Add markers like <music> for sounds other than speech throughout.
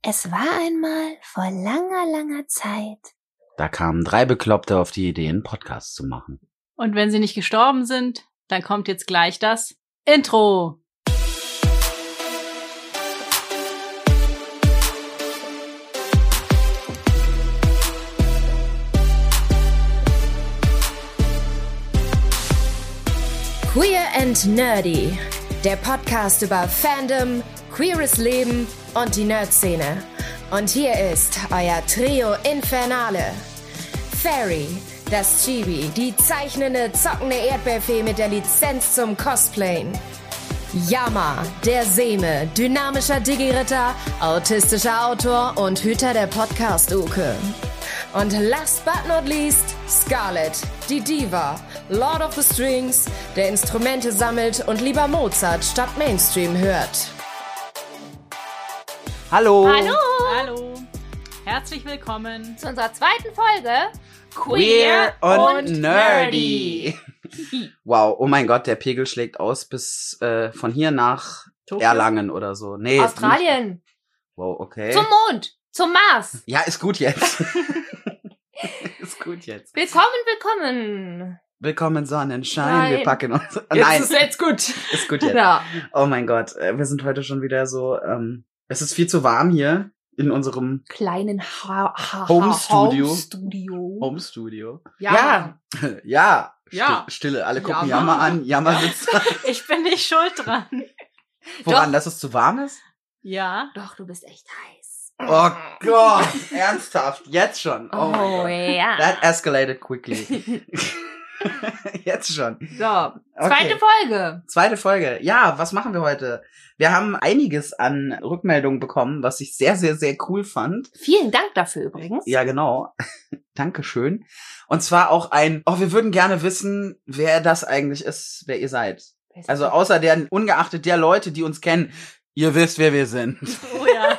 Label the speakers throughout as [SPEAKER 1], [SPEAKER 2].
[SPEAKER 1] Es war einmal vor langer, langer Zeit.
[SPEAKER 2] Da kamen drei Bekloppte auf die Idee, einen Podcast zu machen.
[SPEAKER 3] Und wenn sie nicht gestorben sind, dann kommt jetzt gleich das Intro.
[SPEAKER 4] Queer and Nerdy, der Podcast über Fandom, queeres Leben und die Nerd-Szene. Und hier ist euer Trio Infernale. Fairy, das Chibi, die zeichnende, zockende Erdbeerfee mit der Lizenz zum Cosplayen. Yama, der Seme, dynamischer Digi-Ritter, autistischer Autor und Hüter der Podcast-Uke. Und last but not least, Scarlett, die Diva, Lord of the Strings, der Instrumente sammelt und lieber Mozart statt Mainstream hört.
[SPEAKER 2] Hallo!
[SPEAKER 1] Hallo
[SPEAKER 3] Hallo. Herzlich willkommen.
[SPEAKER 1] zu unserer zweiten Folge.
[SPEAKER 2] Queer und,
[SPEAKER 1] und
[SPEAKER 2] nerdy. <laughs> wow, oh mein Gott, der Pegel schlägt aus bis äh, von hier nach
[SPEAKER 3] Tokio.
[SPEAKER 2] Erlangen oder so. Nee, ist Nicht. Äh?
[SPEAKER 1] Australien.
[SPEAKER 2] Wow, okay.
[SPEAKER 1] Zum Mond. Zum Mars.
[SPEAKER 2] ja, ist gut jetzt. <laughs> ist gut jetzt.
[SPEAKER 1] Willkommen, willkommen.
[SPEAKER 2] Willkommen Sonnenschein, wir
[SPEAKER 1] Nein.
[SPEAKER 2] packen uns.
[SPEAKER 3] Jetzt
[SPEAKER 2] Nein,
[SPEAKER 3] ist jetzt gut.
[SPEAKER 2] ist gut jetzt.
[SPEAKER 1] Ja.
[SPEAKER 2] Oh mein Gott, äh, wir sind heute schon wieder so. Ähm, es ist viel zu warm hier in unserem
[SPEAKER 1] Kleinen ha ha
[SPEAKER 2] Home
[SPEAKER 1] ha
[SPEAKER 2] Studio.
[SPEAKER 1] Home Studio.
[SPEAKER 2] Home Studio.
[SPEAKER 3] Ja.
[SPEAKER 2] <laughs> Ja.
[SPEAKER 3] Ja.
[SPEAKER 2] Still, Stille, alle gucken
[SPEAKER 3] Ja,
[SPEAKER 2] Jammer
[SPEAKER 3] Mann.
[SPEAKER 2] an. Jammer sitzt
[SPEAKER 3] <laughs>
[SPEAKER 2] da.
[SPEAKER 3] Ich bin nicht schuld dran.
[SPEAKER 2] Woran, dass es zu warm ist?
[SPEAKER 3] Ja.
[SPEAKER 1] Doch, du bist echt heiß.
[SPEAKER 2] Oh Gott, ernsthaft, jetzt schon. Oh, mein
[SPEAKER 1] Oh,
[SPEAKER 2] Gott.
[SPEAKER 1] ja.
[SPEAKER 2] That escalated quickly. <laughs> jetzt schon.
[SPEAKER 1] so,
[SPEAKER 2] Okay.
[SPEAKER 1] zweite Folge.
[SPEAKER 2] Zweite Folge. Ja, was machen wir heute? Wir haben einiges an Rückmeldungen bekommen, was ich sehr, sehr, sehr cool fand.
[SPEAKER 1] Vielen Dank dafür übrigens.
[SPEAKER 2] Ja, genau. <laughs> Dankeschön. Und zwar auch ein, oh, wir würden gerne wissen, wer das eigentlich ist, wer ihr seid. Also außer der, ungeachtet der Leute, die uns kennen, ihr wisst, wer wir sind.
[SPEAKER 3] Oh ja.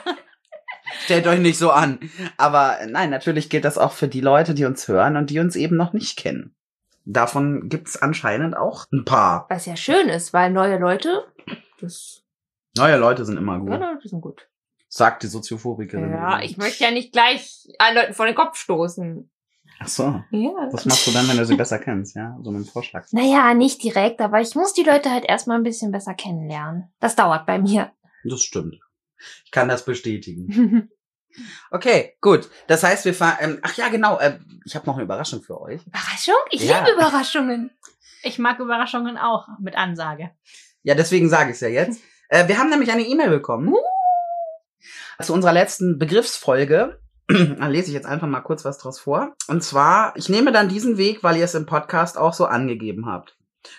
[SPEAKER 2] Stellt euch nicht so an. Aber äh, nein, natürlich gilt das auch für die Leute, die uns hören und die uns eben noch nicht kennen. Davon gibt's anscheinend auch ein paar.
[SPEAKER 1] Was ja schön ist, weil neue Leute, das,
[SPEAKER 2] Neue Leute sind immer
[SPEAKER 1] ja,
[SPEAKER 2] gut,
[SPEAKER 1] Leute sind gut.
[SPEAKER 2] sagt die Soziophobikerin.
[SPEAKER 1] Ja, ich möchte ja nicht gleich allen Leuten vor den Kopf stoßen.
[SPEAKER 2] Ach so.
[SPEAKER 1] Ja.
[SPEAKER 2] Was machst du dann, wenn du sie besser kennst, ja? So mit dem Vorschlag.
[SPEAKER 1] Naja, nicht direkt, aber ich muss die Leute halt erstmal ein bisschen besser kennenlernen. Das dauert
[SPEAKER 2] <laughs>
[SPEAKER 1] bei mir.
[SPEAKER 2] Das stimmt. Ich kann das bestätigen. Okay, gut. Das heißt, wir fahren. Ähm, ach ja, genau. Äh, ich habe noch eine Überraschung für euch.
[SPEAKER 1] Überraschung? Ich
[SPEAKER 2] Ja.
[SPEAKER 1] liebe Überraschungen.
[SPEAKER 3] Ich mag Überraschungen auch mit Ansage.
[SPEAKER 2] Ja, deswegen sage ich es ja jetzt. Äh, wir haben nämlich eine E-Mail bekommen. Zu unserer letzten Begriffsfolge. <clears throat> Da lese ich jetzt einfach mal kurz was draus vor. Und zwar, ich nehme dann diesen Weg, weil ihr es im Podcast auch so angegeben habt.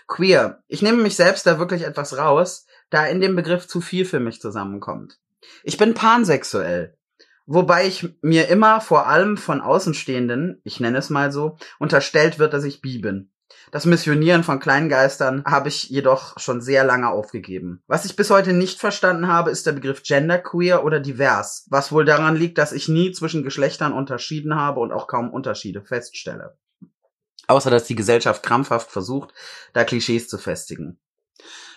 [SPEAKER 2] Queer. Ich nehme mich selbst da wirklich etwas raus, da in dem Begriff zu viel für mich zusammenkommt. Ich bin pansexuell. Wobei ich mir immer vor allem von Außenstehenden, ich nenne es mal so, unterstellt wird, dass ich bi bin. Das Missionieren von Kleingeistern habe ich jedoch schon sehr lange aufgegeben. Was ich bis heute nicht verstanden habe, ist der Begriff genderqueer oder divers, was wohl daran liegt, dass ich nie zwischen Geschlechtern unterschieden habe und auch kaum Unterschiede feststelle. Außer dass die Gesellschaft krampfhaft versucht, da Klischees zu festigen.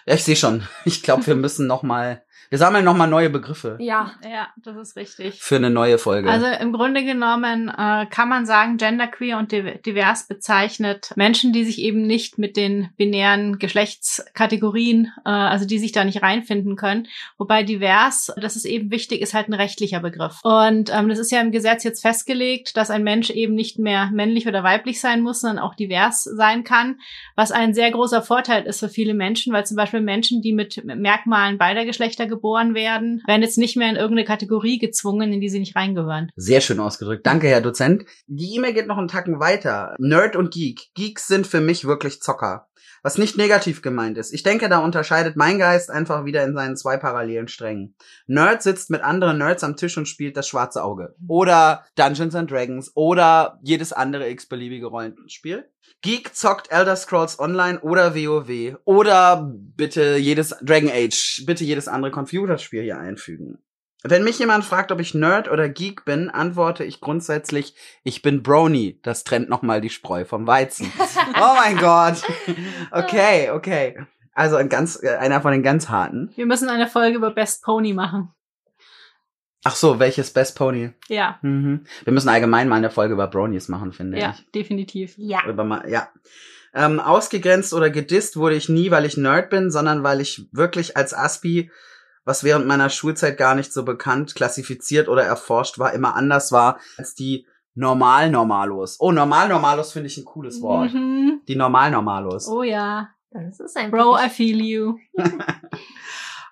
[SPEAKER 2] Ja, ich sehe schon. Ich glaube, wir müssen noch mal, wir sammeln noch mal neue Begriffe
[SPEAKER 1] Ja.
[SPEAKER 3] Ja, das ist richtig.
[SPEAKER 2] für eine neue Folge.
[SPEAKER 3] Also im Grunde genommen äh, kann man sagen, genderqueer und div- divers bezeichnet Menschen, die sich eben nicht mit den binären Geschlechtskategorien, äh, also die sich da nicht reinfinden können. Wobei divers, das ist eben wichtig, ist halt ein rechtlicher Begriff. Und ähm, das ist ja im Gesetz jetzt festgelegt, dass ein Mensch eben nicht mehr männlich oder weiblich sein muss, sondern auch divers sein kann, was ein sehr großer Vorteil ist für viele Menschen, weil zum Beispiel Menschen, die mit Merkmalen beider Geschlechter geboren werden, werden jetzt nicht mehr in irgendeine Kategorie gezwungen, in die sie nicht reingehören.
[SPEAKER 2] Sehr schön ausgedrückt. Danke, Herr Dozent. Die E-Mail geht noch einen Tacken weiter. Nerd und Geek. Geeks sind für mich wirklich Zocker. Was nicht negativ gemeint ist. Ich denke, da unterscheidet mein Geist einfach wieder in seinen zwei parallelen Strängen. Nerd sitzt mit anderen Nerds am Tisch und spielt das schwarze Auge. Oder Dungeons and Dragons. Oder jedes andere x-beliebige Rollenspiel. Geek zockt Elder Scrolls Online oder WoW. Oder bitte jedes Dragon Age. Bitte jedes andere Computerspiel hier einfügen. Wenn mich jemand fragt, ob ich Nerd oder Geek bin, antworte ich grundsätzlich, ich bin Brony. Das trennt nochmal die Spreu vom Weizen. oh mein Gott. Okay, okay. Also ein ganz, äh, einer von den ganz harten.
[SPEAKER 3] Wir müssen eine Folge über Best Pony machen.
[SPEAKER 2] Ach so, welches Best Pony?
[SPEAKER 3] Ja,
[SPEAKER 2] Mhm. Wir müssen allgemein mal eine Folge über Bronies machen, finde
[SPEAKER 3] ja,
[SPEAKER 2] ich.
[SPEAKER 3] definitiv.
[SPEAKER 1] Ja.
[SPEAKER 2] Über mal, ja. Ähm, ausgegrenzt oder gedisst wurde ich nie, weil ich Nerd bin, sondern weil ich wirklich als Aspi, was während meiner Schulzeit gar nicht so bekannt, klassifiziert oder erforscht war, immer anders war als die Normal-Normalos. Oh, Normal-Normalos finde ich ein cooles Wort.
[SPEAKER 3] Mhm.
[SPEAKER 2] Die Normal-Normalos.
[SPEAKER 3] Oh ja.
[SPEAKER 1] Das ist ein
[SPEAKER 3] Bro,
[SPEAKER 2] äh
[SPEAKER 3] I feel you.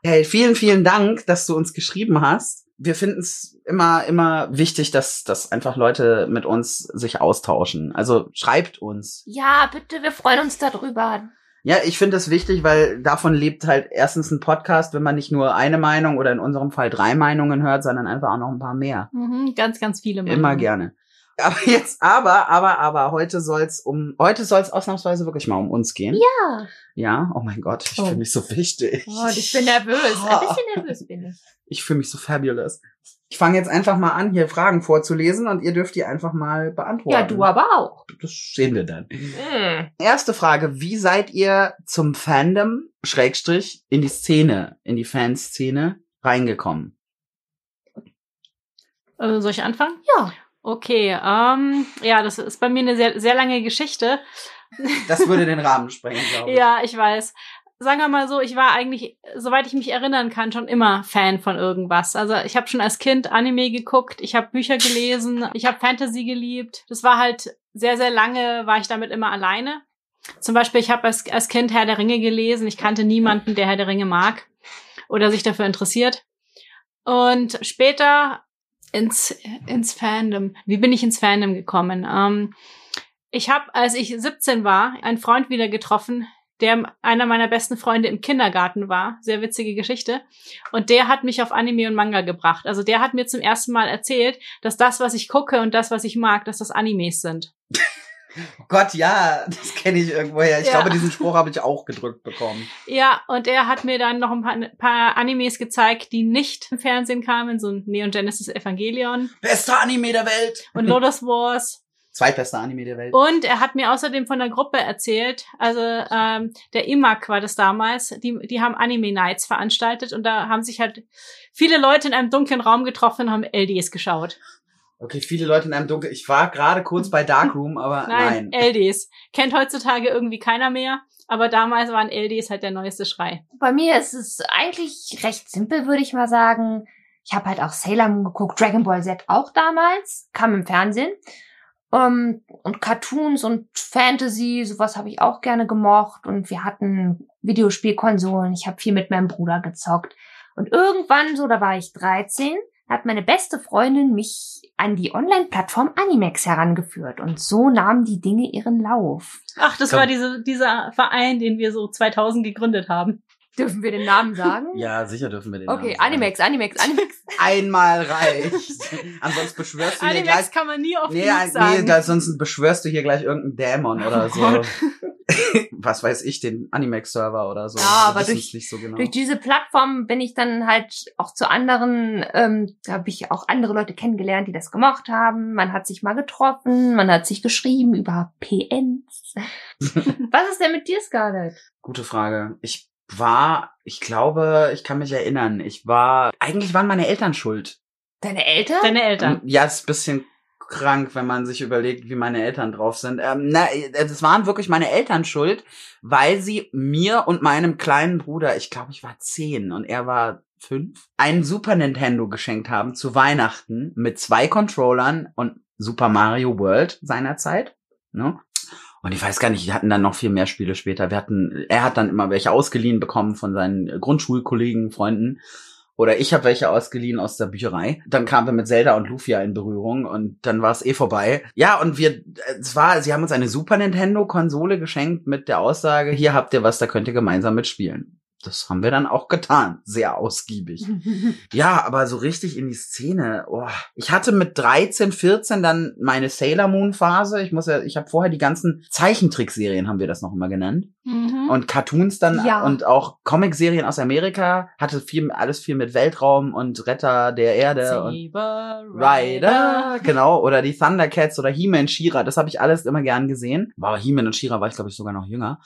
[SPEAKER 2] Hey, vielen, vielen Dank, dass du uns geschrieben hast. Wir finden es immer, immer wichtig, dass, dass einfach Leute mit uns sich austauschen. Also schreibt uns.
[SPEAKER 1] Ja, bitte, wir freuen uns darüber.
[SPEAKER 2] Ja, ich finde es wichtig, weil davon lebt halt erstens ein Podcast, wenn man nicht nur eine Meinung oder in unserem Fall drei Meinungen hört, sondern einfach auch noch ein paar mehr.
[SPEAKER 3] Mhm. Ganz, ganz viele Meinungen.
[SPEAKER 2] Immer gerne. Aber jetzt, aber, aber, aber, heute soll's um, heute soll's ausnahmsweise wirklich mal um uns gehen. Ja.
[SPEAKER 1] Ja.
[SPEAKER 2] Ja, oh mein Gott, ich
[SPEAKER 1] Oh.
[SPEAKER 2] fühle mich so wichtig.
[SPEAKER 1] Oh, ich bin nervös.
[SPEAKER 2] Ah.
[SPEAKER 1] Ein bisschen nervös bin ich.
[SPEAKER 2] <laughs> Ich fühle mich so fabulous. Ich fange jetzt einfach mal an, hier Fragen vorzulesen und ihr dürft die einfach mal beantworten.
[SPEAKER 1] Ja, du aber auch.
[SPEAKER 2] Das sehen wir dann.
[SPEAKER 1] Mhm.
[SPEAKER 2] Erste Frage. Wie seid ihr zum Fandom, Schrägstrich, in die Szene, in die Fanszene reingekommen?
[SPEAKER 3] Äh, soll ich anfangen?
[SPEAKER 1] Ja.
[SPEAKER 3] Okay, ähm, ja, das ist bei mir eine sehr, sehr lange Geschichte.
[SPEAKER 2] Das würde den Rahmen sprengen, glaube ich.
[SPEAKER 3] Ja, ich weiß. Sagen wir mal so, ich war eigentlich, soweit ich mich erinnern kann, schon immer Fan von irgendwas. Also ich habe schon als Kind Anime geguckt, ich habe Bücher gelesen, ich habe Fantasy geliebt. Das war halt sehr, sehr lange, war ich damit immer alleine. Zum Beispiel, ich habe als, als Kind Herr der Ringe gelesen. Ich kannte niemanden, der Herr der Ringe mag oder sich dafür interessiert. Und später ins, ins Fandom. Wie bin ich ins Fandom gekommen? Ähm, ich habe, als ich 17 war, einen Freund wieder getroffen, der einer meiner besten Freunde im Kindergarten war. Sehr witzige Geschichte. Und der hat mich auf Anime und Manga gebracht. Also der hat mir zum ersten Mal erzählt, dass das, was ich gucke und das, was ich mag, dass das Animes sind.
[SPEAKER 2] Oh Gott, ja, das kenne ich irgendwoher. Ich
[SPEAKER 3] Ja.
[SPEAKER 2] glaube, diesen Spruch habe ich auch gedrückt bekommen.
[SPEAKER 3] Ja, und er hat mir dann noch ein paar, paar Animes gezeigt, die nicht im Fernsehen kamen, so ein Neon Genesis Evangelion
[SPEAKER 2] Bester Anime der Welt.
[SPEAKER 3] und Lotus Wars.
[SPEAKER 2] Zweitbester Anime der Welt.
[SPEAKER 3] Und er hat mir außerdem von der Gruppe erzählt, also ähm, der IMAK war das damals, die, die haben Anime Nights veranstaltet und da haben sich halt viele Leute in einem dunklen Raum getroffen und haben LDs geschaut.
[SPEAKER 2] Okay, viele Leute in einem Dunkel. Ich war gerade kurz bei Darkroom, aber
[SPEAKER 3] <laughs> Nein, LDs. Kennt heutzutage irgendwie keiner mehr, aber damals waren LDs halt der neueste Schrei.
[SPEAKER 1] Bei mir ist es eigentlich recht simpel, würde ich mal sagen. Ich habe halt auch Sailor Moon geguckt, Dragon Ball Z auch damals, kam im Fernsehen. Ähm, und Cartoons und Fantasy, sowas habe ich auch gerne gemocht. Und wir hatten Videospielkonsolen. Ich habe viel mit meinem Bruder gezockt. Und irgendwann, so da war ich 13, hat meine beste Freundin mich an die Online-Plattform Animax herangeführt. Und so nahmen die Dinge ihren Lauf.
[SPEAKER 3] Ach, das
[SPEAKER 2] Komm.
[SPEAKER 3] war diese, dieser Verein, den wir so 2000 gegründet haben.
[SPEAKER 1] Dürfen wir den Namen <laughs> sagen?
[SPEAKER 3] Äh.
[SPEAKER 2] Ja, sicher dürfen wir den
[SPEAKER 1] Okay,
[SPEAKER 2] Namen sagen.
[SPEAKER 1] Animax, Animax, Animax.
[SPEAKER 2] Genau. Einmal reicht. Ansonsten beschwörst du hier
[SPEAKER 3] Animax
[SPEAKER 2] gleich.
[SPEAKER 3] kann man
[SPEAKER 1] <laughs>
[SPEAKER 3] nie oft
[SPEAKER 2] Nee,
[SPEAKER 3] genug
[SPEAKER 2] nee,
[SPEAKER 3] sagen.
[SPEAKER 2] da, sonst beschwörst du hier gleich irgendeinen Dämon oder
[SPEAKER 1] Oh
[SPEAKER 2] so.
[SPEAKER 3] Gott.
[SPEAKER 2] <laughs> Was weiß ich, den Animax-Server oder so.
[SPEAKER 1] Ja,
[SPEAKER 2] Wir
[SPEAKER 1] Ah, aber
[SPEAKER 2] wissen's
[SPEAKER 1] durch-
[SPEAKER 2] nicht so genau.
[SPEAKER 1] Durch diese Plattform bin ich dann halt auch zu anderen, ähm, da habe ich auch andere Leute kennengelernt, die das gemocht haben. Man hat sich mal getroffen, man hat sich geschrieben über PNs. Was ist denn mit dir, Scarlett?
[SPEAKER 2] Gute Frage. Ich war, ich glaube, ich kann mich erinnern, ich war, eigentlich waren meine Eltern schuld.
[SPEAKER 1] Deine Eltern?
[SPEAKER 3] Deine Eltern.
[SPEAKER 2] Ähm, Ja, ist ein bisschen krank, wenn man sich überlegt, wie meine Eltern drauf sind. Ähm, na, es waren wirklich meine Eltern schuld, weil sie mir und meinem kleinen Bruder, ich glaube, ich war zehn und er war fünf, einen Super Nintendo geschenkt haben zu Weihnachten mit zwei Controllern und Super Mario World seinerzeit. Ne? Und ich weiß gar nicht, wir hatten dann noch viel mehr Spiele später. Wir hatten, er hat dann immer welche ausgeliehen bekommen von seinen Grundschulkollegen, Freunden. Oder ich habe welche ausgeliehen aus der Bücherei. Dann kamen wir mit Zelda und Lufia in Berührung und dann war es eh vorbei. Ja, und wir, es war, sie haben uns eine Super Nintendo-Konsole geschenkt mit der Aussage, hier habt ihr was, da könnt ihr gemeinsam mitspielen. Das haben wir dann auch getan. Sehr ausgiebig. Ja, aber so richtig in die Szene. Oh. Ich hatte mit 13, 14 dann meine Sailor Moon Phase. Ich muss ja, ich habe vorher die ganzen Zeichentrickserien haben wir das noch immer genannt
[SPEAKER 3] Mhm.
[SPEAKER 2] und Cartoons dann
[SPEAKER 1] Ja.
[SPEAKER 2] und auch Comicserien aus Amerika. Hatte viel alles viel mit Weltraum und Retter der Erde und
[SPEAKER 3] Saber
[SPEAKER 2] Rider, genau, oder die Thundercats oder He-Man, She-Ra, das habe ich alles immer gern gesehen. Wow, He-Man und She-Ra war ich glaube ich sogar noch jünger.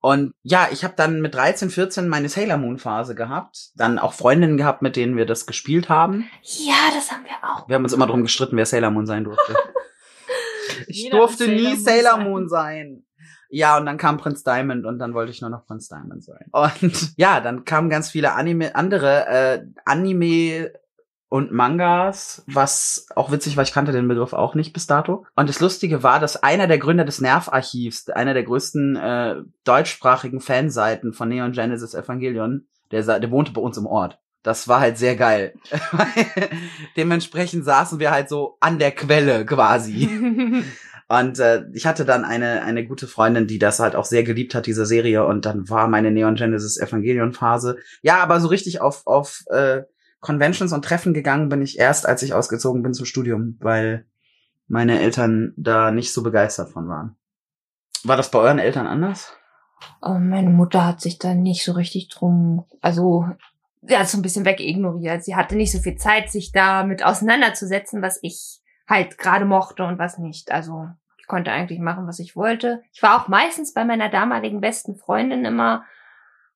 [SPEAKER 2] Und ja, ich habe dann mit 13, 14 meine Sailor Moon Phase gehabt, dann auch Freundinnen gehabt, mit denen wir das gespielt haben.
[SPEAKER 1] Ja, das haben wir auch.
[SPEAKER 2] Wir haben uns immer drum gestritten, wer Sailor Moon sein <laughs> durfte. ich
[SPEAKER 3] Jeder
[SPEAKER 2] durfte
[SPEAKER 3] will
[SPEAKER 2] nie
[SPEAKER 3] Sailor
[SPEAKER 2] Sailor
[SPEAKER 3] Moon
[SPEAKER 2] Moon sein. Ja, und dann kam Prinz Diamond und dann wollte ich nur noch Prinz Diamond sein. Und <laughs> ja, dann kamen ganz viele Anime, andere äh, Anime und Mangas, was auch witzig war, ich kannte den Begriff auch nicht bis dato. Und das Lustige war, dass einer der Gründer des Nerv-Archivs, einer der größten äh, deutschsprachigen Fanseiten von Neon Genesis Evangelion, der, sa- der wohnte bei uns im Ort. Das war halt sehr geil. Dementsprechend saßen wir halt so an der Quelle quasi. Und äh, ich hatte dann eine, eine gute Freundin, die das halt auch sehr geliebt hat, diese Serie. Und dann war meine Neon Genesis Evangelion Phase. Ja, aber so richtig auf, auf äh, Conventions und Treffen gegangen bin ich erst, als ich ausgezogen bin zum Studium, weil meine Eltern da nicht so begeistert von waren. War das bei euren Eltern anders?
[SPEAKER 1] Aber meine Mutter hat sich da nicht so richtig drum, also sie hat so ein bisschen wegignoriert. Sie hatte nicht so viel Zeit, sich damit auseinanderzusetzen, was ich halt gerade mochte und was nicht. Also ich konnte eigentlich machen, was ich wollte. Ich war auch meistens bei meiner damaligen besten Freundin immer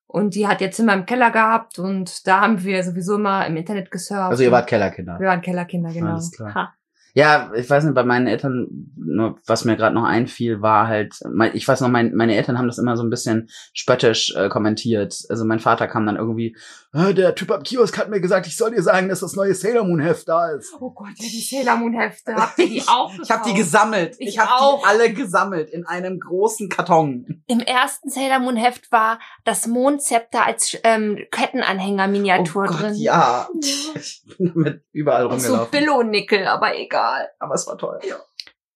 [SPEAKER 1] und die hat ihr Zimmer im Keller gehabt und da haben wir sowieso immer im Internet gesurft.
[SPEAKER 2] Also ihr wart Kellerkinder.
[SPEAKER 1] wir waren Kellerkinder, genau.
[SPEAKER 2] Alles klar.
[SPEAKER 1] Ha.
[SPEAKER 2] Ja, ich weiß nicht, bei meinen Eltern, nur was mir gerade noch einfiel, war halt, mein- ich weiß noch, mein, meine Eltern haben das immer so ein bisschen spöttisch äh, kommentiert. Also mein Vater kam dann irgendwie, "Ah, der Typ am Kiosk hat mir gesagt, ich soll dir sagen, dass das neue Sailor Moon Heft da ist.
[SPEAKER 1] Oh Gott, die Sailor Moon Hefte, habt ihr die auch
[SPEAKER 2] Ich habe die
[SPEAKER 1] gekauft?
[SPEAKER 2] gesammelt.
[SPEAKER 1] Ich
[SPEAKER 2] Ich, hab habe
[SPEAKER 1] auch.
[SPEAKER 2] die alle gesammelt in einem großen Karton.
[SPEAKER 1] Im ersten Sailor Moon Heft war das Mondzepter als ähm, Kettenanhänger-Miniatur drin.
[SPEAKER 2] Oh ja. Ich bin damit überall
[SPEAKER 1] Und so
[SPEAKER 2] rumgelaufen.
[SPEAKER 1] Billo-Nickel, aber egal.
[SPEAKER 2] Aber es war toll. Ja.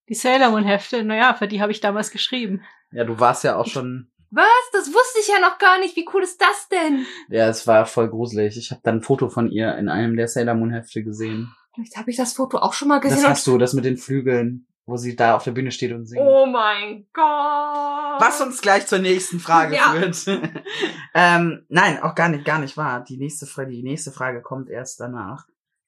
[SPEAKER 3] Die Sailor Moon Hefte, naja, für die habe ich damals geschrieben.
[SPEAKER 2] ja, du warst ja auch schon
[SPEAKER 1] Was? Das wusste ich ja noch gar nicht. Wie cool ist das denn?
[SPEAKER 2] Ja, es war voll gruselig. Ich habe dann ein Foto von ihr in einem der Sailor Moon Hefte gesehen.
[SPEAKER 1] Vielleicht habe ich das Foto auch schon mal
[SPEAKER 2] Das
[SPEAKER 1] gesehen.
[SPEAKER 2] hast du, das mit den Flügeln, wo sie da auf der Bühne steht und
[SPEAKER 1] und
[SPEAKER 2] singt.
[SPEAKER 1] oh mein Gott.
[SPEAKER 2] Was uns gleich zur nächsten Frage
[SPEAKER 1] Ja.
[SPEAKER 2] führt.
[SPEAKER 1] <laughs>
[SPEAKER 2] ähm, nein, auch gar nicht, gar nicht wahr. Die nächste Frage, die nächste Frage kommt erst danach.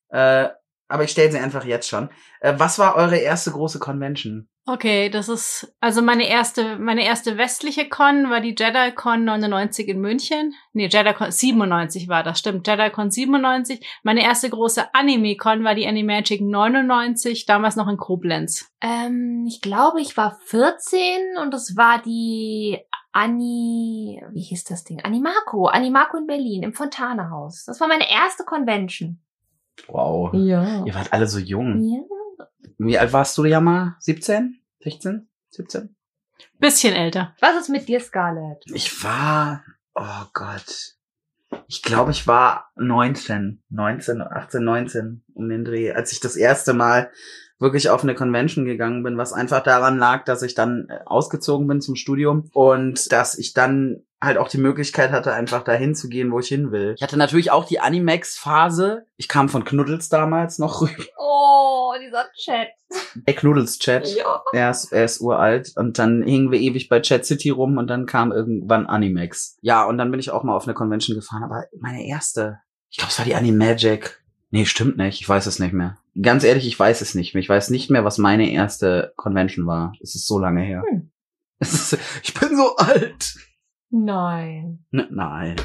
[SPEAKER 2] Äh, aber ich stelle sie einfach jetzt schon. Äh, was war eure erste große Convention?
[SPEAKER 3] Okay, das ist also meine erste meine erste westliche Con war die JediCon 99 in München. Nee, JediCon 97 war das, stimmt. JediCon 97. Meine erste große Anime Con war die Animagic 99, damals noch in Koblenz.
[SPEAKER 1] Ähm, ich glaube, ich war 14 und das war die Anni... Wie hieß das Ding? Animaco. Animaco in Berlin, im Fontanahaus. Das war meine erste Convention.
[SPEAKER 2] Wow.
[SPEAKER 1] Ja.
[SPEAKER 2] Ihr wart alle so jung.
[SPEAKER 1] ja.
[SPEAKER 2] Wie alt warst du, Jama? 17? 16? 17?
[SPEAKER 3] Bisschen älter.
[SPEAKER 1] Was ist mit dir, Scarlett?
[SPEAKER 2] Ich war, oh Gott. Ich glaube, ich war 19, 19, 18, 19 um den Dreh, als ich das erste Mal wirklich auf eine Convention gegangen bin, was einfach daran lag, dass ich dann äh, ausgezogen bin zum Studium und dass ich dann halt auch die Möglichkeit hatte, einfach dahin zu gehen, wo ich hin will. Ich hatte natürlich auch die Animax-Phase. Ich kam von Knuddels damals noch rüber.
[SPEAKER 1] Oh, dieser Chat.
[SPEAKER 2] Der Knuddels-Chat.
[SPEAKER 1] Ja.
[SPEAKER 2] Er ist, er ist uralt und dann hingen wir ewig bei Chat City rum und dann kam irgendwann Animax. Ja, und dann bin ich auch mal auf eine Convention gefahren, aber meine erste. Ich glaube, es war die Animagic. Nee, stimmt nicht. Ich weiß es nicht mehr. Ganz ehrlich, ich weiß es nicht mehr. Ich weiß nicht mehr, was meine erste Convention war. Es ist so lange her.
[SPEAKER 1] Hm.
[SPEAKER 2] <laughs> Es ist, ich bin so alt.
[SPEAKER 1] Nein.
[SPEAKER 2] N nein.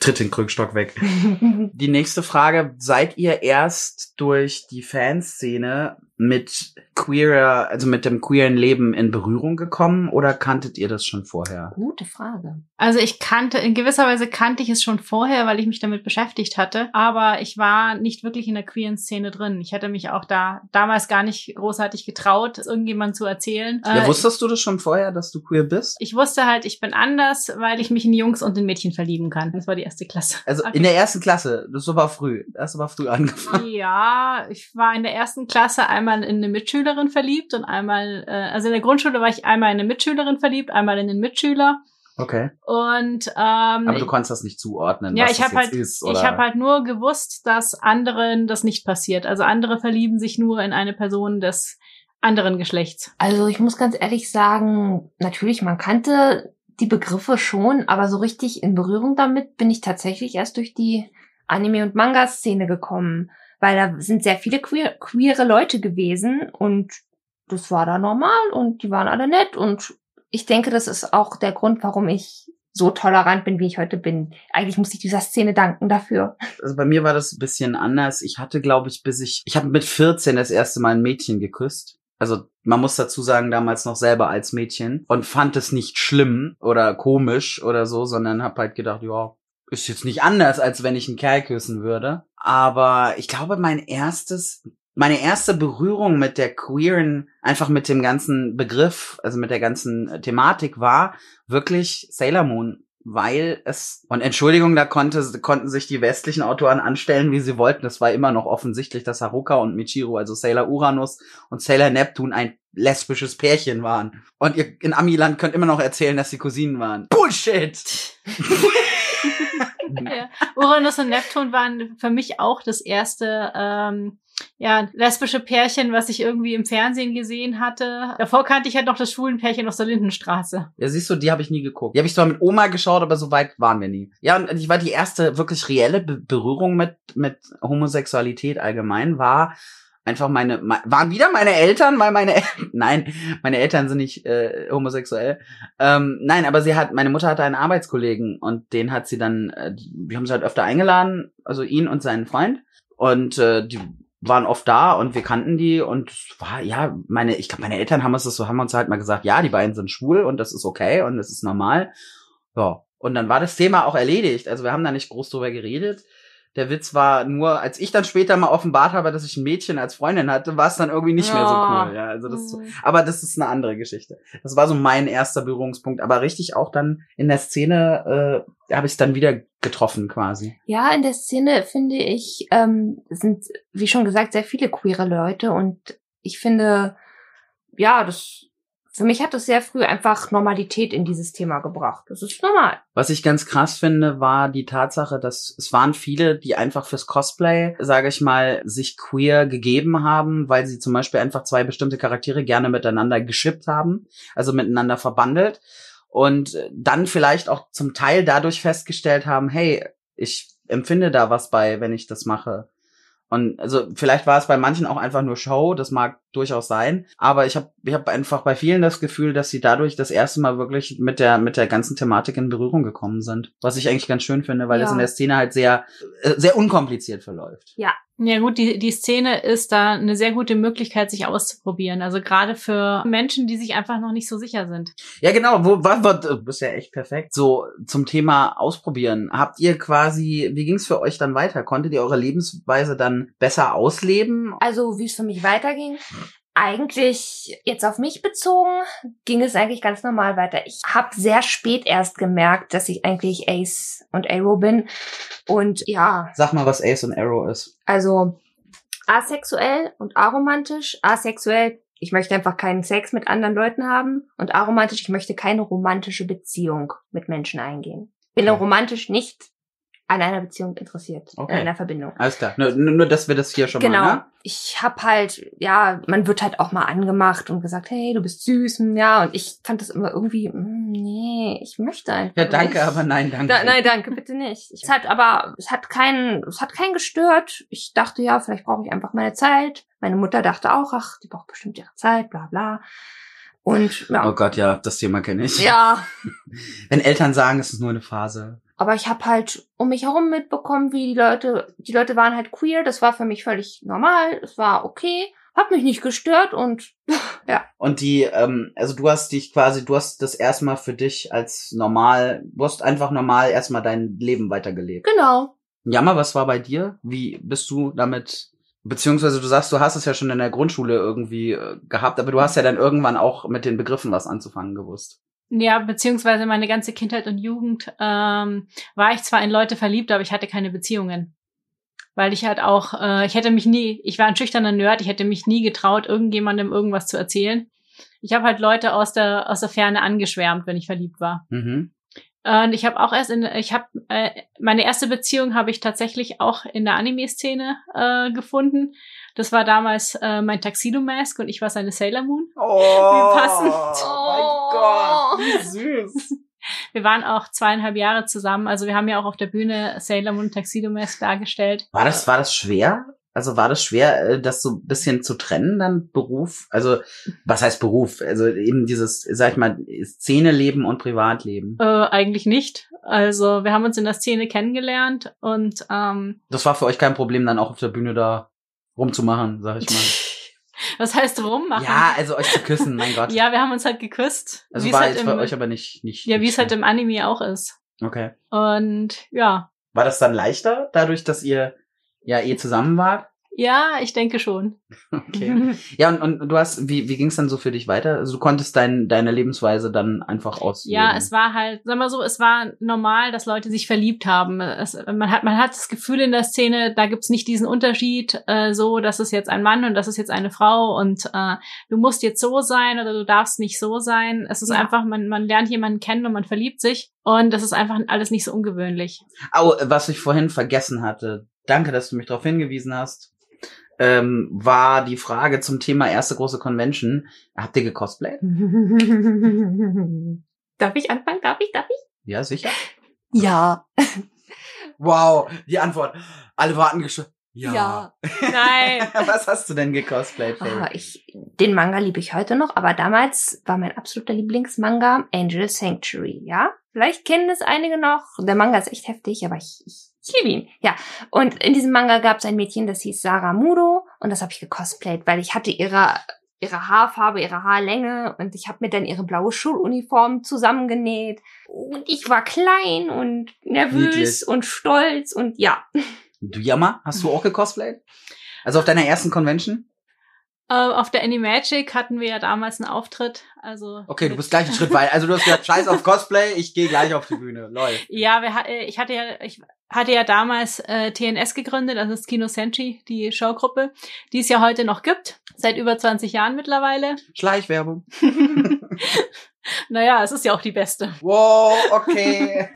[SPEAKER 2] Tritt den Krückstock weg. Die nächste Frage, seid ihr erst durch die Fanszene mit queerer, also mit dem queeren Leben in Berührung gekommen oder kanntet ihr das schon vorher?
[SPEAKER 1] <laughs> Gute Frage.
[SPEAKER 3] Also ich kannte, in gewisser Weise kannte ich es schon vorher, weil ich mich damit beschäftigt hatte. Aber ich war nicht wirklich in der queeren Szene drin. Ich hätte mich auch da damals gar nicht großartig getraut, es irgendjemandem zu erzählen.
[SPEAKER 2] ja,
[SPEAKER 3] Äh,
[SPEAKER 2] wusstest du das schon vorher, dass du queer bist?
[SPEAKER 3] Ich wusste halt, ich bin anders, weil ich mich in Jungs und in Mädchen verlieben kann. Das war die erste Klasse.
[SPEAKER 2] Also
[SPEAKER 3] Okay.
[SPEAKER 2] in der ersten Klasse, das ist aber früh. Das ist aber früh <laughs> angefangen.
[SPEAKER 3] ja, ich war in der ersten Klasse einmal in eine Mitschülerin verliebt und einmal, äh, also in der Grundschule war ich einmal in eine Mitschülerin verliebt, einmal in den Mitschüler.
[SPEAKER 2] Okay.
[SPEAKER 3] Und ähm,
[SPEAKER 2] Aber du konntest das nicht zuordnen,
[SPEAKER 3] Ja,
[SPEAKER 2] was
[SPEAKER 3] ich
[SPEAKER 2] das
[SPEAKER 3] hab
[SPEAKER 2] jetzt
[SPEAKER 3] halt-
[SPEAKER 2] ist, oder?
[SPEAKER 3] ich habe halt nur gewusst, dass anderen das nicht passiert. Also andere verlieben sich nur in eine Person des anderen Geschlechts.
[SPEAKER 1] Also ich muss ganz ehrlich sagen, natürlich, man kannte die Begriffe schon, aber so richtig in Berührung damit bin ich tatsächlich erst durch die Anime- und Manga-Szene gekommen, weil da sind sehr viele queer, queere Leute gewesen und das war da normal und die waren alle nett und ich denke, das ist auch der Grund, warum ich so tolerant bin, wie ich heute bin. Eigentlich muss ich dieser Szene danken dafür.
[SPEAKER 2] Also bei mir war das ein bisschen anders. Ich hatte, glaube ich, bis ich, ich habe mit 14 das erste Mal ein Mädchen geküsst. Also man muss dazu sagen, damals noch selber als Mädchen und fand es nicht schlimm oder komisch oder so, sondern habe halt gedacht, ja, ist jetzt nicht anders, als wenn ich einen Kerl küssen würde. Aber ich glaube, mein erstes, meine erste Berührung mit der queeren, einfach mit dem ganzen Begriff, also mit der ganzen äh, Thematik war wirklich Sailor Moon. Weil es, und Entschuldigung, da konnte, konnten sich die westlichen Autoren anstellen, wie sie wollten. Es war immer noch offensichtlich, dass Haruka und Michiru, also Sailor Uranus und Sailor Neptun, ein lesbisches Pärchen waren. Und ihr in Amiland könnt immer noch erzählen, dass sie Cousinen waren. Bullshit!
[SPEAKER 3] Ja. Uranus und Neptun waren für mich auch das erste ähm, ja, lesbische Pärchen, was ich irgendwie im Fernsehen gesehen hatte. Davor kannte ich halt noch das schwulen Pärchen aus der Lindenstraße.
[SPEAKER 2] Ja, siehst du, die habe ich nie geguckt. Die habe ich zwar mit Oma geschaut, aber so weit waren wir nie. Ja, und ich war die erste wirklich reelle Be Berührung mit, mit Homosexualität allgemein war einfach meine, me waren wieder meine Eltern, <laughs> weil meine, El nein, meine Eltern sind nicht äh, homosexuell. Ähm, nein, aber sie hat, meine Mutter hatte einen Arbeitskollegen und den hat sie dann, äh, wir haben sie halt öfter eingeladen, also ihn und seinen Freund und äh, die waren oft da und wir kannten die und es war ja meine ich glaube meine Eltern haben uns das so haben uns halt mal gesagt ja die beiden sind schwul und das ist okay und das ist normal ja und dann war das Thema auch erledigt also wir haben da nicht groß drüber geredet der Witz war nur, als ich dann später mal offenbart habe, dass ich ein Mädchen als Freundin hatte, war es dann irgendwie nicht mehr so
[SPEAKER 3] Ja.
[SPEAKER 2] cool. Ja, also das, ist so- aber das ist eine andere Geschichte. Das war so mein erster Berührungspunkt. Aber richtig auch dann in der Szene äh, habe ich es dann wieder getroffen quasi.
[SPEAKER 1] Ja, in der Szene finde ich, ähm, sind, wie schon gesagt, sehr viele queere Leute und ich finde, ja, das, für mich hat das sehr früh einfach Normalität in dieses Thema gebracht. Das ist normal.
[SPEAKER 2] Was ich ganz krass finde, war die Tatsache, dass es waren viele, die einfach fürs Cosplay, sage ich mal, sich queer gegeben haben, weil sie zum Beispiel einfach zwei bestimmte Charaktere gerne miteinander geschippt haben, also miteinander verbandelt und dann vielleicht auch zum Teil dadurch festgestellt haben, hey, ich empfinde da was bei, wenn ich das mache. Und also vielleicht war es bei manchen auch einfach nur Show, das mag durchaus sein, aber ich habe ich hab einfach bei vielen das Gefühl, dass sie dadurch das erste Mal wirklich mit der mit der ganzen Thematik in Berührung gekommen sind, was ich eigentlich ganz schön finde, weil das
[SPEAKER 1] Ja.
[SPEAKER 2] in der Szene halt sehr äh, sehr unkompliziert verläuft.
[SPEAKER 3] Ja gut, die, die Szene ist da eine sehr gute Möglichkeit, sich auszuprobieren. Also gerade für Menschen, die sich einfach noch nicht so sicher sind.
[SPEAKER 2] Ja, genau, wo war, war, du bist ja echt perfekt. So zum Thema ausprobieren, habt ihr quasi wie ging's für euch dann weiter? Konntet ihr eure Lebensweise dann besser ausleben?
[SPEAKER 1] Also, wie es für mich weiterging, eigentlich jetzt auf mich bezogen, ging es eigentlich ganz normal weiter. Ich habe sehr spät erst gemerkt, dass ich eigentlich Ace und Arrow bin. Und ja,
[SPEAKER 2] Sag mal, was Ace und Arrow ist.
[SPEAKER 1] also asexuell und aromantisch. Asexuell, ich möchte einfach keinen Sex mit anderen Leuten haben. Und aromantisch, ich möchte keine romantische Beziehung mit Menschen eingehen. Bin
[SPEAKER 2] Okay.
[SPEAKER 1] romantisch nicht an einer Beziehung interessiert,
[SPEAKER 2] Okay.
[SPEAKER 1] an einer Verbindung.
[SPEAKER 2] Alles klar. Nur, nur, nur dass wir das hier schon
[SPEAKER 1] Genau.
[SPEAKER 2] mal, ne?
[SPEAKER 1] Ich hab halt, ja, man wird halt auch mal angemacht und gesagt, hey, du bist süß, hm, ja. Und ich fand das immer irgendwie, hm, nee, ich möchte einfach.
[SPEAKER 2] Ja, danke,
[SPEAKER 1] nicht.
[SPEAKER 2] aber nein, danke.
[SPEAKER 1] Da, nein, danke, bitte nicht. Es hat aber, es hat keinen, es hat keinen gestört. Ich dachte, ja, vielleicht brauche ich einfach meine Zeit. Meine Mutter dachte auch, ach, die braucht bestimmt ihre Zeit, bla bla. Und ja.
[SPEAKER 2] Oh Gott, ja, das Thema kenne ich.
[SPEAKER 1] genau. Ja.
[SPEAKER 2] Wenn Eltern sagen, es ist nur eine Phase.
[SPEAKER 1] Aber ich habe halt um mich herum mitbekommen, wie die Leute, die Leute waren halt queer. Das war für mich völlig normal. Es war okay. Hat mich nicht gestört und
[SPEAKER 2] Und die, ähm, also du hast dich quasi, du hast das erstmal für dich als normal, du hast einfach normal erstmal dein Leben weitergelebt.
[SPEAKER 1] Genau.
[SPEAKER 2] Jammer, was war bei dir? Wie bist du damit? Beziehungsweise du sagst, du hast es ja schon in der Grundschule irgendwie äh, gehabt, aber du hast ja dann irgendwann auch mit den Begriffen was anzufangen gewusst.
[SPEAKER 3] Ja, beziehungsweise meine ganze Kindheit und Jugend ähm, war ich zwar in Leute verliebt, aber ich hatte keine Beziehungen. Weil ich halt auch, äh, ich hätte mich nie, ich war ein schüchterner Nerd, ich hätte mich nie getraut, irgendjemandem irgendwas zu erzählen. Ich habe halt Leute aus der, aus der Ferne angeschwärmt, wenn ich verliebt war.
[SPEAKER 2] Mhm.
[SPEAKER 3] Und ich habe auch erst in, ich habe äh, meine erste Beziehung habe ich tatsächlich auch in der Anime-Szene äh, gefunden. Das war damals äh, mein Tuxedo Mask und ich war seine Sailor Moon.
[SPEAKER 2] Oh,
[SPEAKER 3] Wie passend.
[SPEAKER 1] Oh.
[SPEAKER 2] mein Gott, wie süß.
[SPEAKER 3] Wir waren auch zweieinhalb Jahre zusammen, also wir haben ja auch auf der Bühne Sailor Moon Tuxedo Mask dargestellt.
[SPEAKER 2] War das, war das schwer? Also war das schwer, äh, das so ein bisschen zu trennen, dann Beruf? Also, was heißt Beruf? Also eben dieses, sag ich mal, Szeneleben und Privatleben.
[SPEAKER 3] Äh, eigentlich nicht. Also wir haben uns in der Szene kennengelernt und ähm,
[SPEAKER 2] Das war für euch kein Problem, dann auch auf der Bühne da rumzumachen, sag ich mal.
[SPEAKER 3] <laughs> was heißt rummachen?
[SPEAKER 2] Ja, also euch zu küssen, mein
[SPEAKER 3] <laughs>
[SPEAKER 2] Gott.
[SPEAKER 3] ja, wir haben uns halt geküsst.
[SPEAKER 2] also
[SPEAKER 3] wie's
[SPEAKER 2] war
[SPEAKER 3] halt
[SPEAKER 2] jetzt
[SPEAKER 3] im,
[SPEAKER 2] bei euch aber nicht, nicht.
[SPEAKER 3] ja, wie
[SPEAKER 2] nicht
[SPEAKER 3] es halt
[SPEAKER 2] schlimm.
[SPEAKER 3] im Anime auch ist.
[SPEAKER 2] Okay.
[SPEAKER 3] Und ja,
[SPEAKER 2] War das dann leichter, dadurch, dass ihr ja eh zusammen wart? <laughs>
[SPEAKER 3] ja, ich denke schon. Mhm.
[SPEAKER 2] Okay.
[SPEAKER 3] <laughs>
[SPEAKER 2] Ja, und, und du hast, wie, wie ging es dann so für dich weiter? Also du konntest dein, deine Lebensweise dann einfach ausleben.
[SPEAKER 3] Ja, es war halt, sag mal so, es war normal, dass Leute sich verliebt haben. Es, man, hat, man hat das Gefühl in der Szene, da gibt's nicht diesen Unterschied, äh, so, das ist jetzt ein Mann und das ist jetzt eine Frau und äh, du musst jetzt so sein oder du darfst nicht so sein. Es ist
[SPEAKER 1] Ja.
[SPEAKER 3] einfach, man, man lernt jemanden kennen und man verliebt sich und das ist einfach alles nicht so ungewöhnlich.
[SPEAKER 2] Au, was ich vorhin vergessen hatte, danke, dass du mich darauf hingewiesen hast, ähm, war die Frage zum Thema erste große Convention. Habt ihr gecosplayt?
[SPEAKER 3] Mhm.
[SPEAKER 1] Darf ich anfangen? Darf ich? Darf ich?
[SPEAKER 2] Ja,
[SPEAKER 3] <laughs>
[SPEAKER 2] sicher.
[SPEAKER 1] Ja.
[SPEAKER 2] Wow, die Antwort. Alle warten geschockt.
[SPEAKER 3] Nein.
[SPEAKER 2] <laughs> was hast du denn gecosplayt?
[SPEAKER 1] Ah,
[SPEAKER 2] Faye?
[SPEAKER 1] ich, den Manga liebe ich heute noch, aber damals war mein absoluter Lieblingsmanga Angel Sanctuary, ja? Vielleicht kennen es einige noch. Der Manga ist echt heftig, aber ich, ich, ich liebe ihn. Ja, und in diesem Manga gab es ein Mädchen, das hieß Sarah Muro und das habe ich gecosplayt, weil ich hatte ihre ihre Haarfarbe, ihre Haarlänge und ich habe mir dann ihre blaue Schuluniform zusammengenäht und ich war klein und nervös
[SPEAKER 2] Niedlich.
[SPEAKER 1] und stolz und ja.
[SPEAKER 2] Du Jammer, hast du auch gecosplayt? Also auf deiner ersten Convention?
[SPEAKER 3] Äh, auf der Animagic hatten wir ja damals einen Auftritt. Also
[SPEAKER 2] Okay, du
[SPEAKER 3] mit-
[SPEAKER 2] bist gleich einen Schritt weiter. Also du hast gesagt, scheiß auf Cosplay, ich gehe gleich auf die Bühne. Lol.
[SPEAKER 3] Ja, wir, ha- äh, ich hatte ja, ich hatte ja damals äh, TNS gegründet, also das Kino Senshi, die Showgruppe, die es ja heute noch gibt, seit über 20 Jahren mittlerweile.
[SPEAKER 2] Schleichwerbung.
[SPEAKER 3] Naja, es ist ja auch die beste.
[SPEAKER 2] Wow, okay.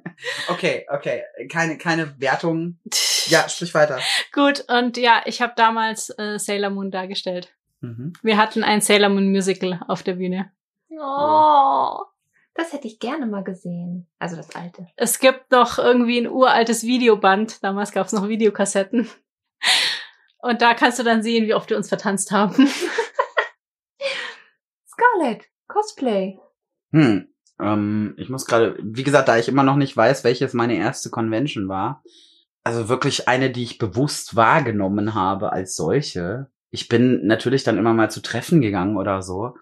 [SPEAKER 2] <laughs> okay, okay. Keine, keine Wertung. <laughs> Ja, sprich weiter.
[SPEAKER 3] Gut, und ja, ich habe damals äh, Sailor Moon dargestellt.
[SPEAKER 2] Mhm.
[SPEAKER 3] Wir hatten ein Sailor Moon Musical auf der Bühne.
[SPEAKER 1] Oh, das hätte ich gerne mal gesehen. Also das alte.
[SPEAKER 3] Es gibt noch irgendwie ein uraltes Videoband, damals gab es noch Videokassetten. Und da kannst du dann sehen, wie oft wir uns vertanzt haben.
[SPEAKER 1] Scarlett, Cosplay.
[SPEAKER 2] Hm. Ähm, ich muss gerade, wie gesagt, da ich immer noch nicht weiß, welches meine erste Convention war, also wirklich eine, die ich bewusst wahrgenommen habe als solche. Ich bin natürlich dann immer mal zu Treffen gegangen oder so.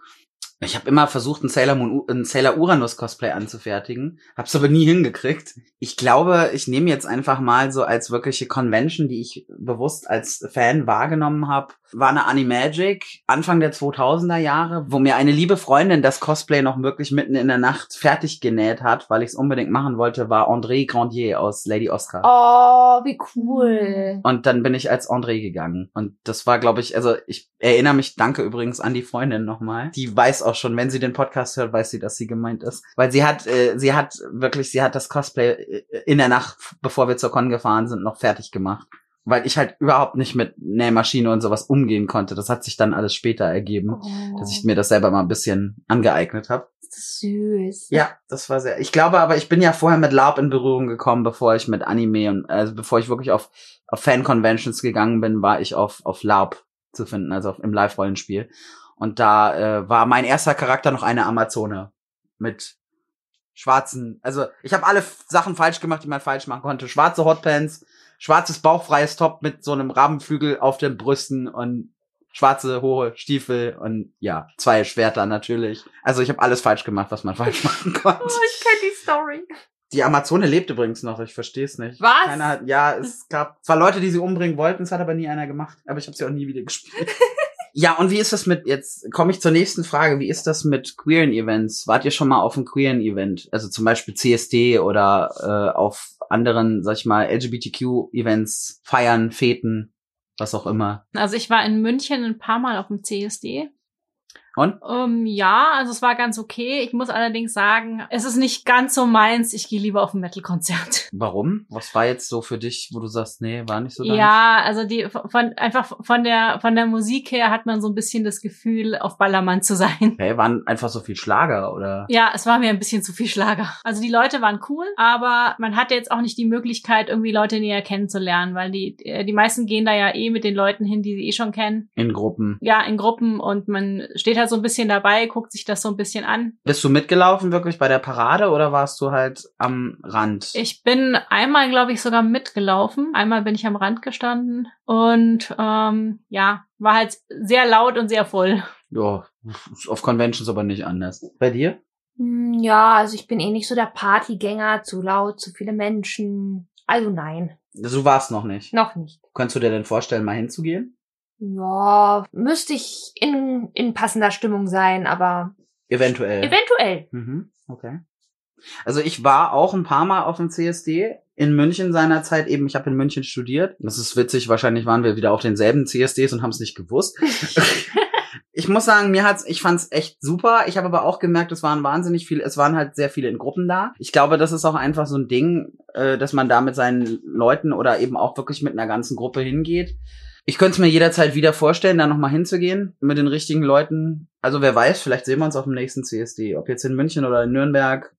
[SPEAKER 2] Ich habe immer versucht, ein Sailor Moon, ein Sailor Uranus Cosplay anzufertigen, hab's aber nie hingekriegt. Ich glaube, ich nehme jetzt einfach mal so als wirkliche Convention, die ich bewusst als Fan wahrgenommen habe, war eine Animagic Anfang der 2000er Jahre, wo mir eine liebe Freundin das Cosplay noch wirklich mitten in der Nacht fertig genäht hat, weil ich es unbedingt machen wollte, war André Grandier aus Lady Oscar.
[SPEAKER 1] Oh, wie cool.
[SPEAKER 2] Und dann bin ich als André gegangen. Und das war, glaube ich, also ich erinnere mich, danke übrigens an die Freundin nochmal. Die weiß auch schon, wenn sie den Podcast hört, weiß sie, dass sie gemeint ist. Weil sie hat, äh, sie hat wirklich, sie hat das Cosplay äh, in der Nacht, bevor wir zur Con gefahren sind, noch fertig gemacht. Weil ich halt überhaupt nicht mit Nähmaschine und sowas umgehen konnte. Das hat sich dann alles später ergeben,
[SPEAKER 1] Oh,
[SPEAKER 2] dass ich mir das selber mal ein bisschen angeeignet habe.
[SPEAKER 1] das ist süß.
[SPEAKER 2] <laughs> Ja, das war sehr. Ich glaube aber, ich bin ja vorher mit LARP in Berührung gekommen, bevor ich mit Anime und also bevor ich wirklich auf, auf Fan-Conventions gegangen bin, war ich auf, auf LARP zu finden, also auf, im Live-Rollenspiel. Und da äh, war mein erster Charakter noch eine Amazone mit schwarzen. Also ich habe alle F- Sachen falsch gemacht, die man falsch machen konnte. Schwarze Hotpants, schwarzes bauchfreies Top mit so einem Rabenflügel auf den Brüsten und schwarze hohe Stiefel und ja, zwei Schwerter natürlich. Also ich habe alles falsch gemacht, was man falsch <laughs> machen konnte.
[SPEAKER 1] Oh, ich kenne die Story.
[SPEAKER 2] Die Amazone lebt übrigens noch, ich verstehe es nicht.
[SPEAKER 1] Was?
[SPEAKER 2] Keiner hat, ja, es gab zwar Leute, die sie umbringen wollten, es hat aber nie einer gemacht, aber ich habe sie auch nie wieder gespielt. ja, und wie ist das mit, jetzt komme ich zur nächsten Frage, wie ist das mit queeren Events? Wart ihr schon mal auf einem queeren Event? Also zum Beispiel CSD oder äh, auf anderen, sag ich mal, LGBTQ-Events, Feiern, Feten, was auch immer.
[SPEAKER 3] Also ich war in München ein paar Mal auf dem CSD.
[SPEAKER 2] Und?
[SPEAKER 3] Ähm, ja, also es war ganz okay. Ich muss allerdings sagen, es ist nicht ganz so meins. Ich gehe lieber auf ein Metal-Konzert.
[SPEAKER 2] Warum? Was war jetzt so für dich, wo du sagst, nee, war nicht so deins?
[SPEAKER 3] Ja, also die von einfach von der von der Musik her hat man so ein bisschen das Gefühl, auf Ballermann
[SPEAKER 2] <laughs>
[SPEAKER 3] zu sein.
[SPEAKER 2] Okay, waren einfach so viel Schlager oder?
[SPEAKER 3] Ja, es war mir ein bisschen zu viel Schlager. Also die Leute waren cool, aber man hatte jetzt auch nicht die Möglichkeit, irgendwie Leute näher kennenzulernen, weil die äh, die meisten gehen da ja eh mit den Leuten hin, die sie eh schon kennen.
[SPEAKER 2] In Gruppen.
[SPEAKER 3] Ja, in Gruppen und man steht halt so ein bisschen dabei, guckt sich das so ein bisschen an.
[SPEAKER 2] Bist du mitgelaufen wirklich bei der Parade oder warst du halt am Rand?
[SPEAKER 3] Ich bin einmal, glaube ich, sogar mitgelaufen. Einmal bin ich am Rand gestanden und ähm, ja, war halt sehr laut und sehr voll.
[SPEAKER 2] Ja, ist auf Conventions aber nicht anders. Bei dir?
[SPEAKER 1] Hm, Ja, also ich bin eh nicht so der Partygänger, zu laut, zu viele Menschen. Also nein,
[SPEAKER 2] Du warst noch nicht.
[SPEAKER 1] noch nicht.
[SPEAKER 2] Könntest du dir denn vorstellen, mal hinzugehen?
[SPEAKER 1] Ja, müsste ich in, in passender Stimmung sein, aber
[SPEAKER 2] Eventuell.
[SPEAKER 1] eventuell.
[SPEAKER 2] Mhm, okay. Also ich war auch ein paar Mal auf dem CSD in München seinerzeit eben. Ich habe in München studiert. Das ist witzig. Wahrscheinlich waren wir wieder auf denselben CSDs und haben es nicht <laughs> gewusst. ich muss sagen, mir hat's, ich fand's echt super. Ich habe aber auch gemerkt, es waren wahnsinnig viele, es waren halt sehr viele in Gruppen da. Ich glaube, das ist auch einfach so ein Ding, äh, dass man da mit seinen Leuten oder eben auch wirklich mit einer ganzen Gruppe hingeht. Ich könnte es mir jederzeit wieder vorstellen, da nochmal hinzugehen mit den richtigen Leuten. Also wer weiß, vielleicht sehen wir uns auf dem nächsten CSD. Ob jetzt in München oder in Nürnberg.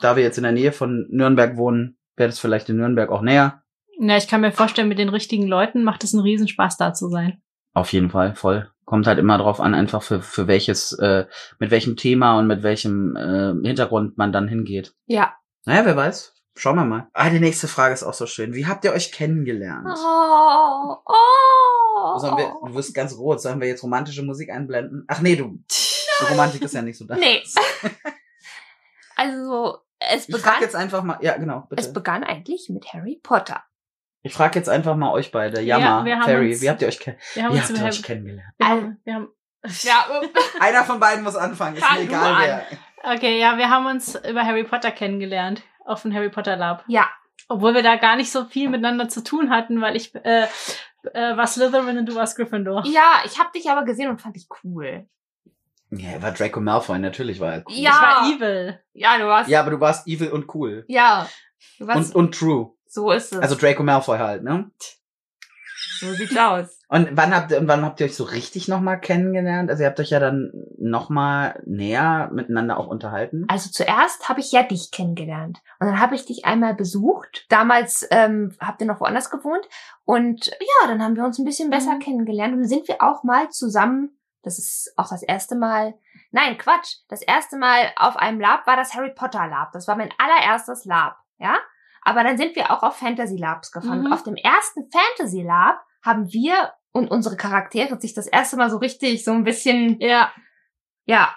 [SPEAKER 2] Da wir jetzt in der Nähe von Nürnberg wohnen, wäre das vielleicht in Nürnberg auch näher.
[SPEAKER 3] Na, ich kann mir vorstellen, mit den richtigen Leuten macht es einen Riesenspaß, da zu sein.
[SPEAKER 2] Auf jeden Fall, voll. Kommt halt immer drauf an, einfach für, für welches, äh, mit welchem Thema und mit welchem äh, Hintergrund man dann hingeht.
[SPEAKER 1] Ja.
[SPEAKER 2] Naja, wer weiß. Schauen wir mal. Ah, die nächste Frage ist auch so schön. Wie habt ihr euch kennengelernt?
[SPEAKER 1] Oh, oh.
[SPEAKER 2] Sollen wir, du wirst ganz rot. Sollen wir jetzt romantische Musik einblenden? Ach nee, du. Romantik ist ja nicht so da. <laughs>
[SPEAKER 1] Nee. also, es
[SPEAKER 2] Ich frage
[SPEAKER 1] begann,
[SPEAKER 2] jetzt einfach mal, ja genau, bitte.
[SPEAKER 1] es begann eigentlich mit Harry Potter.
[SPEAKER 2] Ich frage jetzt einfach mal euch beide, Yama,
[SPEAKER 3] wir haben
[SPEAKER 2] Terry,
[SPEAKER 3] uns-
[SPEAKER 2] wie habt ihr euch, ken
[SPEAKER 3] Wir haben
[SPEAKER 2] wie
[SPEAKER 3] uns
[SPEAKER 2] habt
[SPEAKER 3] über
[SPEAKER 2] ihr euch
[SPEAKER 3] wir <laughs>
[SPEAKER 2] kennengelernt?
[SPEAKER 3] haben, wir haben,
[SPEAKER 1] Ja, oh.
[SPEAKER 2] Einer von beiden muss anfangen, ist
[SPEAKER 3] Fang
[SPEAKER 2] mir
[SPEAKER 3] du
[SPEAKER 2] egal
[SPEAKER 3] an.
[SPEAKER 2] wer.
[SPEAKER 3] Okay, ja, wir haben uns über Harry Potter kennengelernt auf dem Harry Potter Lab.
[SPEAKER 1] ja.
[SPEAKER 3] Obwohl wir da gar nicht so viel miteinander zu tun hatten, weil ich äh, äh, war Slytherin und du warst Gryffindor.
[SPEAKER 1] Ja, ich habe dich aber gesehen und fand dich cool.
[SPEAKER 2] Ja, er war Draco Malfoy, natürlich war er cool.
[SPEAKER 1] Ja.
[SPEAKER 3] Ich war evil.
[SPEAKER 1] Ja, du warst.
[SPEAKER 2] Ja, aber du warst evil und cool.
[SPEAKER 1] ja. Du warst.
[SPEAKER 2] Und, und true.
[SPEAKER 1] so ist es.
[SPEAKER 2] Also Draco Malfoy halt, ne?
[SPEAKER 1] so sieht's aus.
[SPEAKER 2] Und wann habt ihr, und wann habt ihr euch so richtig nochmal kennengelernt? Also ihr habt euch ja dann nochmal näher miteinander auch unterhalten.
[SPEAKER 1] Also zuerst habe ich ja dich kennengelernt. Und dann habe ich dich einmal besucht. Damals ähm, habt ihr noch woanders gewohnt. Und ja, dann haben wir uns ein bisschen besser
[SPEAKER 3] Mhm.
[SPEAKER 1] kennengelernt. Und dann sind wir auch mal zusammen. Das ist auch das erste Mal. Nein, Quatsch. Das erste Mal auf einem Lab war das Harry Potter Lab. Das war mein allererstes Lab. Ja? Aber dann sind wir auch auf Fantasy Labs gefahren.
[SPEAKER 3] Mhm.
[SPEAKER 1] Und Auf dem ersten Fantasy Lab haben wir und unsere Charaktere sich das erste Mal so richtig so ein bisschen,
[SPEAKER 3] Ja.
[SPEAKER 1] ja,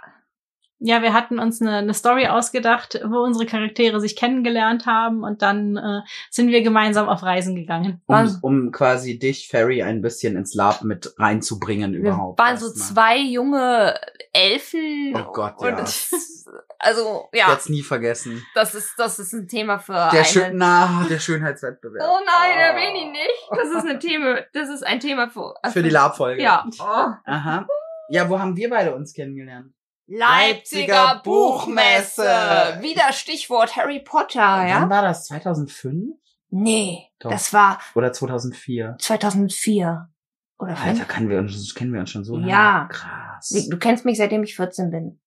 [SPEAKER 3] Ja, wir hatten uns eine, eine Story ausgedacht, wo unsere Charaktere sich kennengelernt haben und dann äh, sind wir gemeinsam auf Reisen gegangen.
[SPEAKER 2] Um,
[SPEAKER 1] waren-
[SPEAKER 2] um quasi dich, Ferry, ein bisschen ins Lab mit reinzubringen überhaupt.
[SPEAKER 1] Wir waren so
[SPEAKER 2] erstmal.
[SPEAKER 1] zwei junge Elfen.
[SPEAKER 2] Oh Gott,
[SPEAKER 1] und <laughs>
[SPEAKER 2] ja.
[SPEAKER 1] es- Also, ja,
[SPEAKER 2] Jetzt nie vergessen.
[SPEAKER 1] das ist, das ist ein Thema für
[SPEAKER 2] Der, Schön
[SPEAKER 1] einen.
[SPEAKER 2] na, der Schönheitswettbewerb.
[SPEAKER 1] Oh nein,
[SPEAKER 2] Oh.
[SPEAKER 1] erwähne ihn nicht. Das ist ein Thema, das ist ein Thema für, also,
[SPEAKER 2] Für die Labfolge.
[SPEAKER 1] Ja.
[SPEAKER 2] Oh. Aha. Ja, wo haben wir beide uns kennengelernt? Leipziger
[SPEAKER 1] Leipziger
[SPEAKER 2] Buchmesse.
[SPEAKER 1] Buchmesse. Wieder Stichwort Harry Potter,
[SPEAKER 2] Wann
[SPEAKER 1] Ah, ja?
[SPEAKER 2] war das? 2005
[SPEAKER 1] Nee,
[SPEAKER 2] Doch.
[SPEAKER 1] das war
[SPEAKER 2] oder 2004?
[SPEAKER 1] 2004. Oder
[SPEAKER 2] Alter,
[SPEAKER 1] fünf?
[SPEAKER 2] kennen wir uns, kennen wir uns schon so lange.
[SPEAKER 1] Ja.
[SPEAKER 2] Krass.
[SPEAKER 1] Du kennst mich, seitdem ich 14 bin.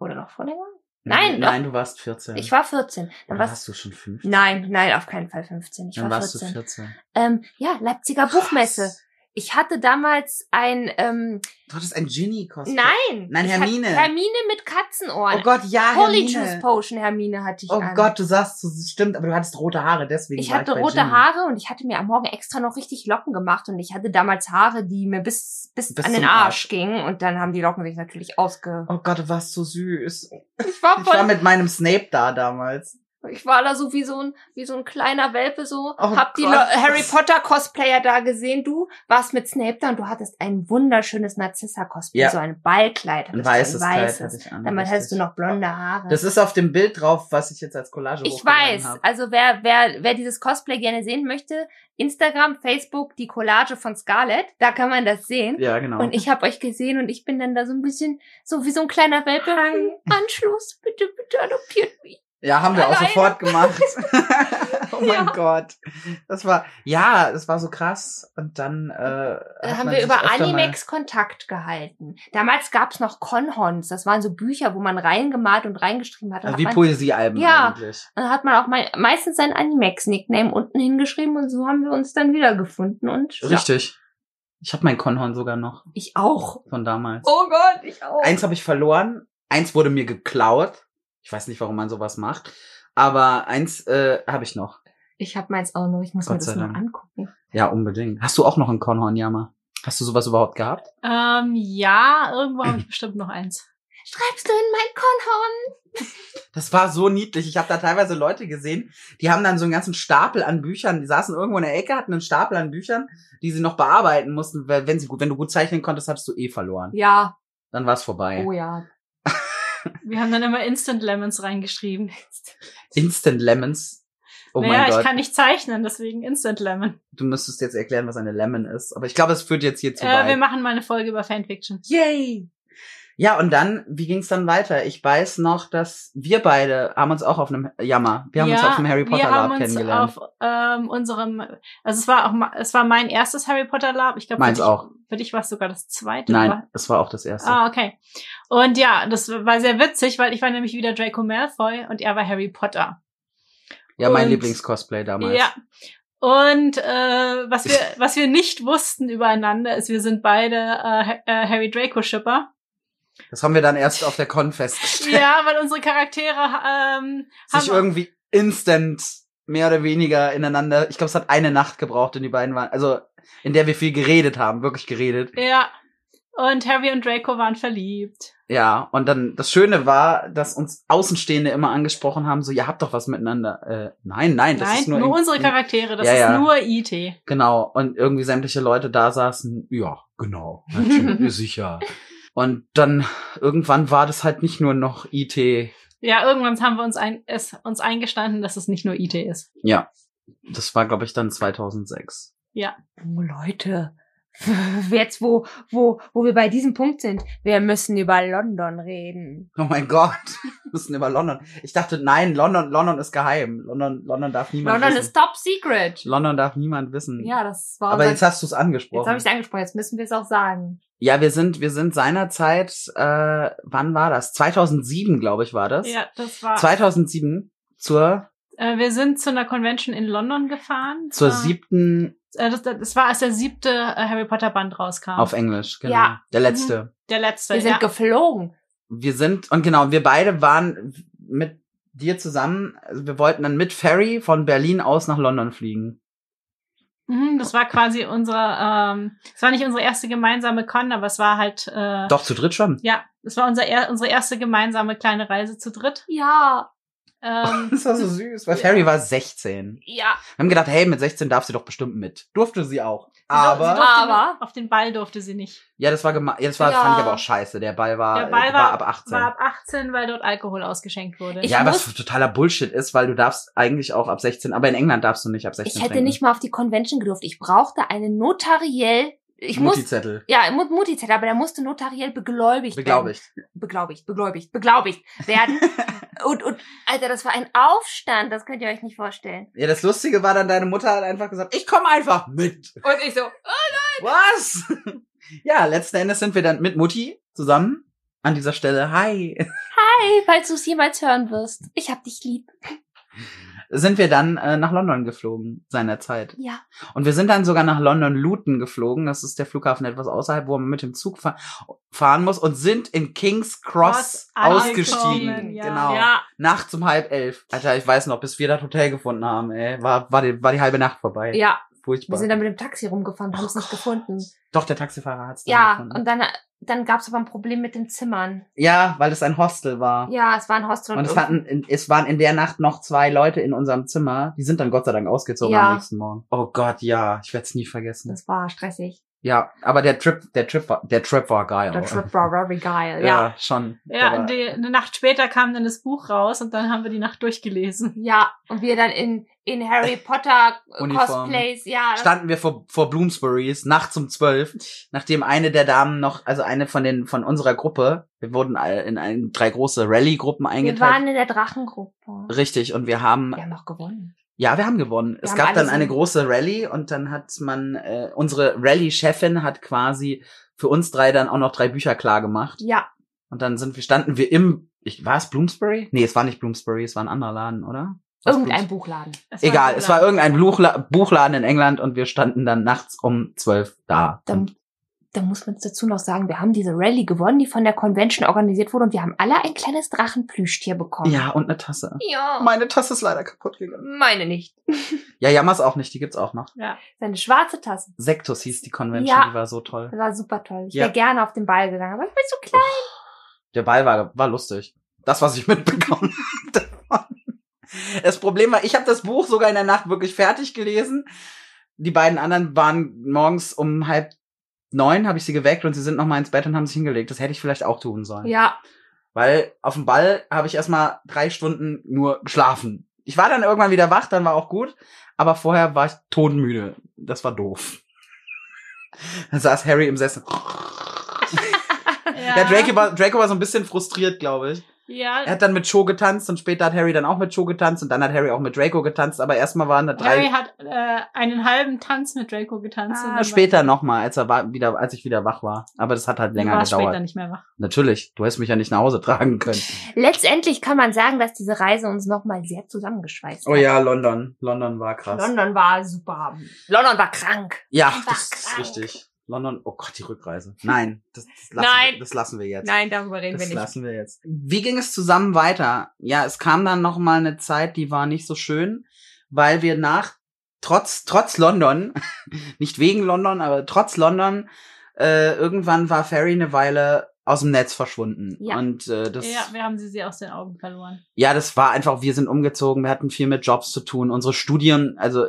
[SPEAKER 1] Oder noch vor länger? Nein,
[SPEAKER 2] Nein, du warst 14.
[SPEAKER 1] Ich war 14. Dann
[SPEAKER 2] Dann
[SPEAKER 1] warst
[SPEAKER 2] warst du schon 15.
[SPEAKER 1] Nein, nein, auf keinen Fall 15. Ich
[SPEAKER 2] Dann
[SPEAKER 1] war
[SPEAKER 2] warst
[SPEAKER 1] 14.
[SPEAKER 2] du 14.
[SPEAKER 1] Ähm, ja, Leipziger Buchmesse. Ich hatte damals ein, ähm,
[SPEAKER 2] Du hattest ein Genie-Kostüm.
[SPEAKER 1] nein.
[SPEAKER 2] Nein,
[SPEAKER 1] ich hatte
[SPEAKER 2] Hermine.
[SPEAKER 1] Hermine mit Katzenohren.
[SPEAKER 2] Oh Gott, ja,
[SPEAKER 1] Holy Juice
[SPEAKER 2] Hermine.
[SPEAKER 1] Potion Hermine hatte ich
[SPEAKER 2] Oh
[SPEAKER 1] an.
[SPEAKER 2] Gott, du sagst, so, das stimmt, aber du hattest rote Haare, deswegen
[SPEAKER 1] Ich
[SPEAKER 2] war
[SPEAKER 1] hatte
[SPEAKER 2] bei
[SPEAKER 1] rote
[SPEAKER 2] Genie.
[SPEAKER 1] Haare und ich hatte mir am Morgen extra noch richtig Locken gemacht und ich hatte damals Haare, die mir bis, bis,
[SPEAKER 2] Bis
[SPEAKER 1] an den
[SPEAKER 2] zum
[SPEAKER 1] Arsch
[SPEAKER 2] Arsch.
[SPEAKER 1] gingen und dann haben die Locken sich natürlich ausge...
[SPEAKER 2] Oh Gott, du warst so süß.
[SPEAKER 1] Ich war
[SPEAKER 2] Ich war
[SPEAKER 1] voll...
[SPEAKER 2] mit meinem Snape da damals.
[SPEAKER 1] Ich war da so wie so ein, wie so ein kleiner Welpe so.
[SPEAKER 2] Oh
[SPEAKER 1] hab die
[SPEAKER 2] Gott.
[SPEAKER 1] Le- Harry Potter Cosplayer da gesehen. Du warst mit Snape da und du hattest ein wunderschönes Narzissa Cosplay.
[SPEAKER 2] Ja.
[SPEAKER 1] So ein Ballkleid.
[SPEAKER 2] Ein
[SPEAKER 1] hattest
[SPEAKER 2] weißes,
[SPEAKER 1] du, ein
[SPEAKER 2] Kleid
[SPEAKER 1] weißes.
[SPEAKER 2] hatte ich an.
[SPEAKER 1] Damit hattest du
[SPEAKER 2] richtig.
[SPEAKER 1] noch blonde Haare.
[SPEAKER 2] Das ist auf dem Bild drauf, was ich jetzt als Collage
[SPEAKER 1] ich
[SPEAKER 2] hochgeladen
[SPEAKER 1] weiß.
[SPEAKER 2] habe.
[SPEAKER 1] Also wer, wer, wer dieses Cosplay gerne sehen möchte, Instagram, Facebook, die Collage von Scarlett, da kann man das sehen.
[SPEAKER 2] Ja, genau.
[SPEAKER 1] Und ich habe euch gesehen und ich bin dann da so ein bisschen, so wie so ein kleiner Welpe. Anschluss, bitte, bitte adoptiert mich.
[SPEAKER 2] Ja, haben wir auch
[SPEAKER 1] Alleine.
[SPEAKER 2] sofort
[SPEAKER 1] <laughs>
[SPEAKER 2] gemacht. oh mein
[SPEAKER 1] Ja.
[SPEAKER 2] Gott. Das war, ja, das war so krass. Und dann, äh, hat
[SPEAKER 1] Da haben
[SPEAKER 2] man
[SPEAKER 1] wir
[SPEAKER 2] sich
[SPEAKER 1] über
[SPEAKER 2] öfter mal-
[SPEAKER 1] Animex Kontakt gehalten. Damals gab's noch Conhons. Das waren so Bücher, wo man reingemalt und reingeschrieben hat.
[SPEAKER 2] Also
[SPEAKER 1] Dann hat
[SPEAKER 2] wie
[SPEAKER 1] man-
[SPEAKER 2] Poesiealben
[SPEAKER 1] Ja.
[SPEAKER 2] eigentlich.
[SPEAKER 1] dann hat man auch mei- meistens seinen Animex-Nickname unten hingeschrieben und so haben wir uns dann wiedergefunden. Und ja,
[SPEAKER 2] Richtig. Ich habe mein Konhorn sogar noch
[SPEAKER 1] ich auch.
[SPEAKER 2] von damals.
[SPEAKER 1] Oh Gott, ich auch.
[SPEAKER 2] Eins habe ich verloren, eins wurde mir geklaut. Ich weiß nicht, warum man sowas macht. Aber eins äh, habe ich noch.
[SPEAKER 1] ich habe meins auch noch. Ich muss
[SPEAKER 2] Gott
[SPEAKER 1] mir das
[SPEAKER 2] sei
[SPEAKER 1] mal
[SPEAKER 2] Dank.
[SPEAKER 1] angucken.
[SPEAKER 2] Ja, unbedingt. Hast du auch noch ein Kornhorn, Jama? Hast du sowas überhaupt gehabt?
[SPEAKER 3] Ähm, ja, irgendwo habe ich bestimmt noch eins.
[SPEAKER 1] Schreibst du in mein Conhorn?
[SPEAKER 2] Das war so niedlich. Ich habe da teilweise Leute gesehen, die haben dann so einen ganzen Stapel an Büchern, die saßen irgendwo in der Ecke, hatten einen Stapel an Büchern, die sie noch bearbeiten mussten, weil wenn sie gut, wenn du gut zeichnen konntest, hattest du eh verloren.
[SPEAKER 1] Ja,
[SPEAKER 2] Dann war's vorbei.
[SPEAKER 1] oh ja.
[SPEAKER 3] Wir haben dann immer Instant Lemons reingeschrieben.
[SPEAKER 2] Instant Lemons. Oh
[SPEAKER 3] naja,
[SPEAKER 2] mein Gott.
[SPEAKER 3] ich kann nicht zeichnen, deswegen Instant Lemon.
[SPEAKER 2] du müsstest jetzt erklären, was eine Lemon ist. Aber ich glaube, es führt jetzt hier zu
[SPEAKER 3] Äh, wir
[SPEAKER 2] weit.
[SPEAKER 3] machen mal eine Folge über Fanfiction.
[SPEAKER 2] Yay! Ja, und dann, wie ging's dann weiter? Ich weiß noch, dass wir beide haben uns auch auf einem Jammer. Wir haben uns
[SPEAKER 3] Ja,
[SPEAKER 2] auf dem Harry Potter
[SPEAKER 3] wir haben
[SPEAKER 2] Lab
[SPEAKER 3] uns
[SPEAKER 2] kennengelernt.
[SPEAKER 3] Auf ähm, unserem, also es war auch, ma- es war mein erstes Harry Potter Lab. Ich glaube,
[SPEAKER 2] Meins
[SPEAKER 3] für dich,
[SPEAKER 2] auch.
[SPEAKER 3] Für dich war es sogar das zweite.
[SPEAKER 2] Nein,
[SPEAKER 3] oder?
[SPEAKER 2] das war auch das erste.
[SPEAKER 3] Ah, okay. Und ja, das war sehr witzig, weil ich war nämlich wieder Draco Malfoy und er war Harry Potter.
[SPEAKER 2] ja, mein
[SPEAKER 3] und-
[SPEAKER 2] Lieblingscosplay damals.
[SPEAKER 3] Ja. Und äh, was wir was wir nicht wussten übereinander ist, wir sind beide äh, Ha- äh, Harry Draco Shipper.
[SPEAKER 2] <laughs> Das haben wir dann erst auf der Con festgestellt.
[SPEAKER 3] Ja, weil unsere Charaktere ähm,
[SPEAKER 2] Sich
[SPEAKER 3] haben
[SPEAKER 2] irgendwie instant mehr oder weniger ineinander. Ich glaube, es hat eine Nacht gebraucht, in die beiden waren, also in der wir viel geredet haben, wirklich geredet.
[SPEAKER 3] ja und Harry und Draco waren verliebt.
[SPEAKER 2] Ja, und dann das Schöne war, dass uns Außenstehende immer angesprochen haben, so ihr habt doch was miteinander. Äh, nein, nein, das
[SPEAKER 3] Nein,
[SPEAKER 2] ist nur,
[SPEAKER 3] nur,
[SPEAKER 2] in-
[SPEAKER 3] unsere
[SPEAKER 2] in-
[SPEAKER 3] Charaktere, das
[SPEAKER 2] Ja,
[SPEAKER 3] ist
[SPEAKER 2] ja.
[SPEAKER 3] nur E IT.
[SPEAKER 2] Genau, und irgendwie sämtliche Leute da saßen, ja, genau,
[SPEAKER 1] <laughs>
[SPEAKER 2] natürlich, sicher. Und dann irgendwann war das halt nicht nur noch IT,
[SPEAKER 3] Ja, irgendwann haben wir uns ein, es uns eingestanden, dass es nicht nur IT ist.
[SPEAKER 2] ja. Das war glaube ich dann 2006.
[SPEAKER 1] Oh Leute. <laughs> Jetzt, wo, wo, wo wir bei diesem Punkt sind, wir müssen über London reden.
[SPEAKER 2] Oh mein Gott, <laughs> wir müssen über London. Ich dachte, nein, London, London ist geheim. London, London darf niemand
[SPEAKER 1] London
[SPEAKER 2] wissen.
[SPEAKER 1] ist top secret.
[SPEAKER 2] London darf niemand wissen.
[SPEAKER 1] Ja, das war
[SPEAKER 2] Aber
[SPEAKER 1] unser-
[SPEAKER 2] jetzt hast du es
[SPEAKER 1] Jetzt
[SPEAKER 2] angesprochen.
[SPEAKER 1] habe ich es angesprochen, jetzt müssen wir es auch sagen.
[SPEAKER 2] ja, wir sind, wir sind seinerzeit, äh, wann war das? 2007, glaube ich, war das.
[SPEAKER 3] Ja, das war.
[SPEAKER 2] 2007 zur,
[SPEAKER 3] Äh, wir sind zu einer Convention in London gefahren.
[SPEAKER 2] zur
[SPEAKER 3] Äh,
[SPEAKER 1] Ah.
[SPEAKER 2] siebten
[SPEAKER 3] Äh, das, das war als der siebte äh, Harry Potter Band rauskam.
[SPEAKER 2] auf Englisch, genau.
[SPEAKER 1] Ah. Ja. Mhm.
[SPEAKER 2] Der letzte.
[SPEAKER 3] der letzte.
[SPEAKER 1] Wir sind
[SPEAKER 3] ja.
[SPEAKER 1] geflogen.
[SPEAKER 2] Wir sind, und genau, wir beide waren mit dir zusammen, also wir wollten dann mit Ferry von Berlin aus nach London fliegen.
[SPEAKER 3] Mhm, das war quasi unsere, ähm, es war nicht unsere erste gemeinsame Con, aber es war halt, äh,
[SPEAKER 2] Doch, zu dritt schon. <laughs>
[SPEAKER 3] ja, es war unser, er, unsere erste gemeinsame kleine Reise zu dritt.
[SPEAKER 1] Ja,
[SPEAKER 2] <laughs>
[SPEAKER 3] Ähm,
[SPEAKER 2] Das war so süß, weil Harry war 16.
[SPEAKER 1] ja.
[SPEAKER 2] Wir haben gedacht, hey, mit 16 darf sie doch bestimmt mit. Durfte sie auch.
[SPEAKER 3] sie
[SPEAKER 2] Aber
[SPEAKER 3] durfte
[SPEAKER 1] Aber-
[SPEAKER 3] nur- auf den Ball durfte sie nicht.
[SPEAKER 2] ja, das war gema- ja, das war
[SPEAKER 1] Ja.
[SPEAKER 2] fand ich aber auch scheiße. Der Ball war
[SPEAKER 3] Der Ball
[SPEAKER 2] äh,
[SPEAKER 3] war-
[SPEAKER 2] ab 18.
[SPEAKER 3] War ab 18, weil dort Alkohol ausgeschenkt wurde.
[SPEAKER 1] Ich
[SPEAKER 2] ja, was
[SPEAKER 1] muss-
[SPEAKER 2] totaler Bullshit ist, weil du darfst eigentlich auch ab 16, aber in England darfst du nicht ab 16.
[SPEAKER 1] Ich hätte
[SPEAKER 2] trinken.
[SPEAKER 1] nicht mal auf die Convention gedurft. Ich brauchte eine notariell. Ich muss.
[SPEAKER 2] Mutti-Zettel.
[SPEAKER 1] Ja, Mut- Mutti-Zettel, aber der musste notariell begläubigt werden.
[SPEAKER 2] Beglaubigt.
[SPEAKER 1] Beglaubigt, beglaubigt, beglaubigt
[SPEAKER 2] <laughs>
[SPEAKER 1] werden. und, und, Alter, das war ein Aufstand, das könnt ihr euch nicht vorstellen.
[SPEAKER 2] Ja, das Lustige war dann, deine Mutter hat einfach gesagt, ich komme einfach mit.
[SPEAKER 1] Und ich so, oh,
[SPEAKER 2] Was? ja, letzten Endes sind wir dann mit Mutti zusammen an dieser Stelle. Hi.
[SPEAKER 1] hey, falls du es jemals hören wirst. Ich hab dich lieb.
[SPEAKER 2] Sind wir dann äh, nach London geflogen seinerzeit.
[SPEAKER 1] Ja.
[SPEAKER 2] Und wir sind dann sogar nach London Luton geflogen. Das ist der Flughafen etwas außerhalb, wo man mit dem Zug fa fahren muss und sind in King's Cross
[SPEAKER 3] Cross angekommen,
[SPEAKER 2] ausgestiegen.
[SPEAKER 3] ja.
[SPEAKER 2] Genau.
[SPEAKER 1] Ja.
[SPEAKER 2] Nachts um halb elf. Alter, ich weiß noch, bis wir das Hotel gefunden haben, ey, war, war, die, war die halbe Nacht vorbei.
[SPEAKER 1] Ja, Wir
[SPEAKER 2] Furchtbar.
[SPEAKER 1] sind dann mit dem Taxi rumgefahren,
[SPEAKER 2] Oh
[SPEAKER 1] haben es nicht gefunden.
[SPEAKER 2] Doch, der Taxifahrer hat's dann
[SPEAKER 1] Ja,
[SPEAKER 2] gefunden.
[SPEAKER 1] und dann, dann gab's aber ein Problem mit den Zimmern.
[SPEAKER 2] Ja, weil es ein Hostel war.
[SPEAKER 1] Ja, es war ein Hostel.
[SPEAKER 2] Und es, fanden, in- es waren in der Nacht noch zwei Leute in unserem Zimmer. Die sind dann Gott sei Dank ausgezogen
[SPEAKER 1] Ja.
[SPEAKER 2] am nächsten Morgen. Oh Gott, ja. Ich werde es nie vergessen.
[SPEAKER 1] das war stressig.
[SPEAKER 2] Ja, aber der Trip, der Trip war, der Trip war geil.
[SPEAKER 1] Der Trip war very geil, ja.
[SPEAKER 2] ja, schon.
[SPEAKER 3] Ja,
[SPEAKER 2] Der war-
[SPEAKER 3] und die, eine Nacht später kam dann das Buch raus und dann haben wir die Nacht durchgelesen.
[SPEAKER 1] Ja, und wir dann in, in <laughs> Harry Potter
[SPEAKER 2] Uniform.
[SPEAKER 1] Cosplays, ja. das-
[SPEAKER 2] standen wir vor, vor Bloomsburys nachts um zwölf, nachdem eine der Damen noch, also eine von den von unserer Gruppe, wir wurden all- in ein, drei große Rallye-Gruppen
[SPEAKER 1] wir
[SPEAKER 2] eingeteilt.
[SPEAKER 1] waren in der Drachengruppe.
[SPEAKER 2] Richtig, und wir haben,
[SPEAKER 1] Wir haben auch gewonnen.
[SPEAKER 2] ja, wir haben gewonnen. es
[SPEAKER 1] haben
[SPEAKER 2] gab dann
[SPEAKER 1] alles
[SPEAKER 2] eine
[SPEAKER 1] in-
[SPEAKER 2] große Rallye und dann hat man, äh, unsere Rallye-Chefin hat quasi für uns drei dann auch noch drei Bücher klar gemacht.
[SPEAKER 1] Ja,
[SPEAKER 2] Und dann sind wir, standen wir im, ich, war es Bloomsbury? Nee, es war nicht Bloomsbury, es war ein anderer Laden, oder? Was
[SPEAKER 1] irgendein Buchladen.
[SPEAKER 3] Es war
[SPEAKER 2] Egal,
[SPEAKER 3] so
[SPEAKER 2] es war
[SPEAKER 3] lang.
[SPEAKER 2] irgendein Buchla Buchladen in England und wir standen dann nachts um zwölf da.
[SPEAKER 1] Da, da muss man dazu noch sagen, wir haben diese Rallye gewonnen, die von der Convention organisiert wurde und wir haben alle ein kleines Drachenplüschtier bekommen.
[SPEAKER 2] Ja, und eine Tasse.
[SPEAKER 1] Ja,
[SPEAKER 2] Meine Tasse ist leider kaputt gegangen.
[SPEAKER 1] meine nicht.
[SPEAKER 2] Ja, jammers auch nicht, die gibt's auch noch.
[SPEAKER 1] Seine schwarze Tasse.
[SPEAKER 2] Sektus hieß die Convention,
[SPEAKER 1] Ja.
[SPEAKER 2] die war so toll.
[SPEAKER 1] Das war super toll. Ich
[SPEAKER 2] Ja.
[SPEAKER 1] wäre gerne auf den Ball gegangen, aber ich bin zu klein.
[SPEAKER 2] Der Ball war, war lustig. Das, was ich mitbekommen <laughs> hatte. Das Problem war, ich habe das Buch sogar in der Nacht wirklich fertig gelesen. Die beiden anderen waren morgens um halb neun, habe ich sie geweckt und sie sind noch mal ins Bett und haben sich hingelegt. Das hätte ich vielleicht auch tun sollen.
[SPEAKER 1] Ja,
[SPEAKER 2] Weil auf dem Ball habe ich erstmal drei Stunden nur geschlafen. Ich war dann irgendwann wieder wach, dann war auch gut. Aber vorher war ich todmüde. Das war doof. <laughs> Dann saß Harry im Sessel.
[SPEAKER 3] Ja,
[SPEAKER 2] Ja, Draco war, Draco war so ein bisschen frustriert, glaube ich.
[SPEAKER 3] Ja,
[SPEAKER 2] Er hat dann mit Cho getanzt und später hat Harry dann auch mit Cho getanzt und dann hat Harry auch mit Draco getanzt. Aber erstmal waren da
[SPEAKER 3] Harry
[SPEAKER 2] drei.
[SPEAKER 3] hat äh, einen halben Tanz mit Draco getanzt. und
[SPEAKER 2] Ah,
[SPEAKER 3] dann
[SPEAKER 2] später nochmal, als er war, wieder, als ich wieder wach war. Aber das hat halt
[SPEAKER 3] war, länger
[SPEAKER 2] länger
[SPEAKER 3] war später
[SPEAKER 2] gedauert.
[SPEAKER 3] nicht mehr wach.
[SPEAKER 2] Natürlich, du hättest mich ja nicht nach Hause tragen können.
[SPEAKER 1] letztendlich kann man sagen, dass diese Reise uns nochmal sehr zusammengeschweißt hat.
[SPEAKER 2] Oh London. London war krass.
[SPEAKER 1] London war super. London war krank.
[SPEAKER 2] Ja,
[SPEAKER 1] Einfach
[SPEAKER 2] das ist
[SPEAKER 1] krank.
[SPEAKER 2] richtig. London, oh Gott, die Rückreise. Nein, das, das, lassen,
[SPEAKER 1] Nein.
[SPEAKER 2] Wir, das lassen wir jetzt.
[SPEAKER 1] Nein, darüber reden
[SPEAKER 2] das lassen wir jetzt. Wie ging es zusammen weiter? Ja, es kam dann noch mal eine Zeit, die war nicht so schön, weil wir nach trotz trotz London, <laughs> nicht wegen London, aber trotz London äh, irgendwann war Ferry eine Weile aus dem Netz verschwunden.
[SPEAKER 1] Ja.
[SPEAKER 2] Und äh, das
[SPEAKER 3] ja, wir haben sie sehr aus den Augen verloren.
[SPEAKER 2] ja, das war einfach, wir sind umgezogen, wir hatten viel mit Jobs zu tun, unsere Studien, also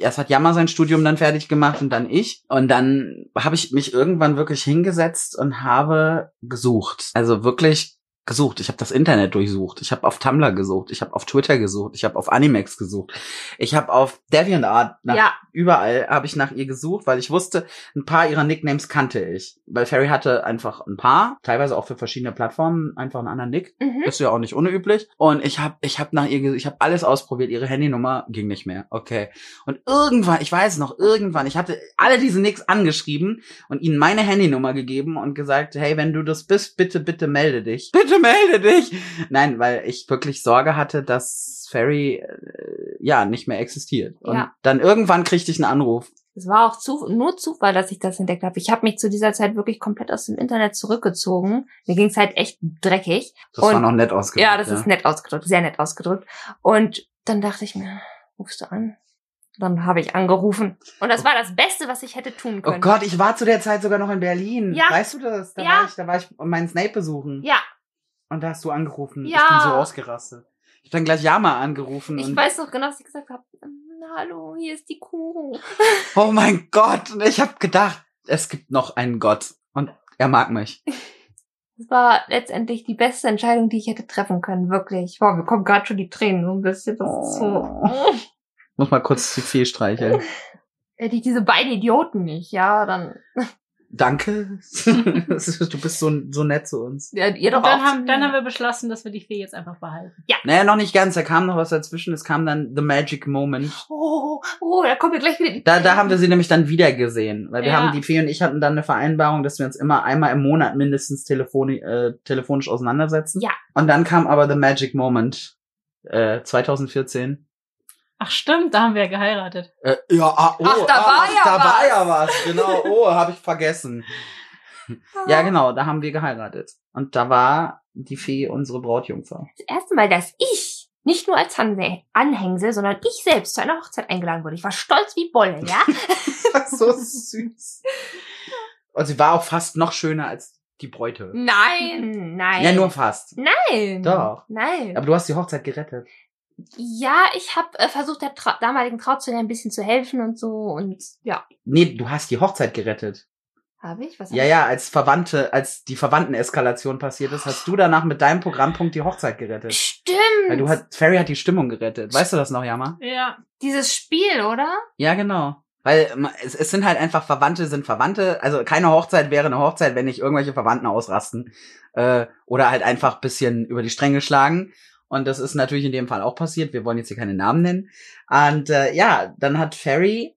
[SPEAKER 2] erst hat Jammer sein Studium dann fertig gemacht und dann ich. Und dann habe ich mich irgendwann wirklich hingesetzt und habe gesucht. Also wirklich gesucht. Ich habe das Internet durchsucht. Ich habe auf Tumblr gesucht. Ich habe auf Twitter gesucht. Ich habe auf Animex gesucht. Ich habe auf DeviantArt nach
[SPEAKER 1] Ja,
[SPEAKER 2] überall habe ich nach ihr gesucht, weil ich wusste, ein paar ihrer Nicknames kannte ich. Weil Ferry hatte einfach ein paar, teilweise auch für verschiedene Plattformen, einfach einen anderen Nick.
[SPEAKER 1] mhm.
[SPEAKER 2] Ist ja auch nicht unüblich. Und ich habe ich hab nach ihr, ges- ich habe alles ausprobiert. Ihre Handynummer ging nicht mehr. Okay. Und irgendwann, ich weiß noch, irgendwann, ich hatte alle diese Nicks angeschrieben und ihnen meine Handynummer gegeben und gesagt, hey, wenn du das bist, bitte, bitte melde
[SPEAKER 1] <laughs>
[SPEAKER 2] dich. Bitte melde dich. Nein, weil ich wirklich Sorge hatte, dass Ferry äh, ja nicht mehr existiert. Und
[SPEAKER 1] Ja.
[SPEAKER 2] dann irgendwann kriegte ich einen Anruf.
[SPEAKER 1] es war auch zu, nur Zufall, dass ich das entdeckt habe. Ich habe mich zu dieser Zeit wirklich komplett aus dem Internet zurückgezogen. Mir ging's halt echt dreckig.
[SPEAKER 2] Das war
[SPEAKER 1] Und-
[SPEAKER 2] noch nett ausgedrückt.
[SPEAKER 1] Ja, das ist nett ausgedrückt, sehr nett ausgedrückt. Und dann dachte ich mir, rufst du an? Dann habe ich angerufen. Und das war das Beste, was ich hätte tun
[SPEAKER 2] Oh
[SPEAKER 1] können.
[SPEAKER 2] Gott, ich war zu der Zeit sogar noch in Berlin.
[SPEAKER 1] Ja.
[SPEAKER 2] Weißt du das? Da
[SPEAKER 1] Ja.
[SPEAKER 2] war ich, da war ich meinen Snape besuchen.
[SPEAKER 1] Ja,
[SPEAKER 2] Und da hast du angerufen. Ich
[SPEAKER 1] Ja.
[SPEAKER 2] bin so ausgerastet. Ich habe dann gleich Yama angerufen.
[SPEAKER 1] ich
[SPEAKER 2] und,
[SPEAKER 1] weiß noch genau, was ich gesagt habe. "Ähm, Hallo, hier ist die Kuh.
[SPEAKER 2] Oh mein Gott. Und ich habe gedacht, es gibt noch einen Gott. Und er mag mich.
[SPEAKER 1] Das war letztendlich die beste Entscheidung, die ich hätte treffen können, wirklich. Boah, mir kommen gerade schon die Tränen so ein bisschen. Das ist so.
[SPEAKER 2] Oh. Muss mal kurz die Fee streicheln.
[SPEAKER 1] Hätte ich diese beiden Idioten nicht, ja, dann.
[SPEAKER 2] Danke. <laughs> du bist so, so nett zu uns.
[SPEAKER 1] Ja, ihr doch
[SPEAKER 3] Und dann
[SPEAKER 1] auch.
[SPEAKER 3] haben, dann haben wir beschlossen, dass wir die Fee jetzt einfach behalten.
[SPEAKER 2] Naja, noch nicht ganz. Da kam noch was dazwischen. Es kam dann The Magic Moment.
[SPEAKER 1] oh, oh, oh, da kommen wir gleich wieder.
[SPEAKER 2] Da, da haben wir sie nämlich dann wieder gesehen. Weil wir
[SPEAKER 3] Ja.
[SPEAKER 2] haben, die Fee und ich hatten dann eine Vereinbarung, dass wir uns immer einmal im Monat mindestens telefoni äh, telefonisch auseinandersetzen.
[SPEAKER 1] Ja.
[SPEAKER 2] Und dann kam aber The Magic Moment äh, 2014.
[SPEAKER 3] Ach stimmt, da haben wir ja geheiratet.
[SPEAKER 2] Äh, ja, ah, oh,
[SPEAKER 1] Ach, da war ja
[SPEAKER 2] da war
[SPEAKER 1] was.
[SPEAKER 2] ja was, genau. Oh, habe ich vergessen.
[SPEAKER 1] Ah.
[SPEAKER 2] Ja, genau, da <laughs> haben wir geheiratet. Und da war die Fee unsere Brautjungfer.
[SPEAKER 1] Das erste Mal, dass ich nicht nur als Hanse- Anhängsel, sondern ich selbst zu einer Hochzeit eingeladen wurde. Ich war stolz wie Bolle,
[SPEAKER 2] <laughs>
[SPEAKER 1] ja?
[SPEAKER 2] so süß. Und sie war auch fast noch schöner als die Bräute.
[SPEAKER 1] Nein, nein.
[SPEAKER 2] Ja, nur fast.
[SPEAKER 1] nein.
[SPEAKER 2] Doch.
[SPEAKER 1] Nein.
[SPEAKER 2] Aber du hast die Hochzeit gerettet.
[SPEAKER 1] Ja, ich habe äh, versucht, der Tra damaligen Trauzeuge ein bisschen zu helfen und so und ja.
[SPEAKER 2] Nee, du hast die Hochzeit gerettet.
[SPEAKER 1] Habe ich? Was hab
[SPEAKER 2] Ja, ja, als Verwandte, als die Verwandteneskalation passiert ist, hast du danach mit deinem Programmpunkt die Hochzeit
[SPEAKER 1] ich?
[SPEAKER 2] gerettet.
[SPEAKER 1] Stimmt.
[SPEAKER 2] Weil du hast, Ferry hat die Stimmung gerettet. Weißt du das noch, Jammer?
[SPEAKER 3] Ja.
[SPEAKER 1] Dieses Spiel, oder?
[SPEAKER 2] Ja, genau. Weil ma- es, es sind halt einfach Verwandte sind Verwandte. Also keine Hochzeit wäre eine Hochzeit, wenn nicht irgendwelche Verwandten ausrasten. Äh, oder halt einfach bisschen über die Stränge schlagen. Und das ist natürlich in dem Fall auch passiert. Wir wollen jetzt hier keine Namen nennen. Und äh, ja, dann hat Ferry.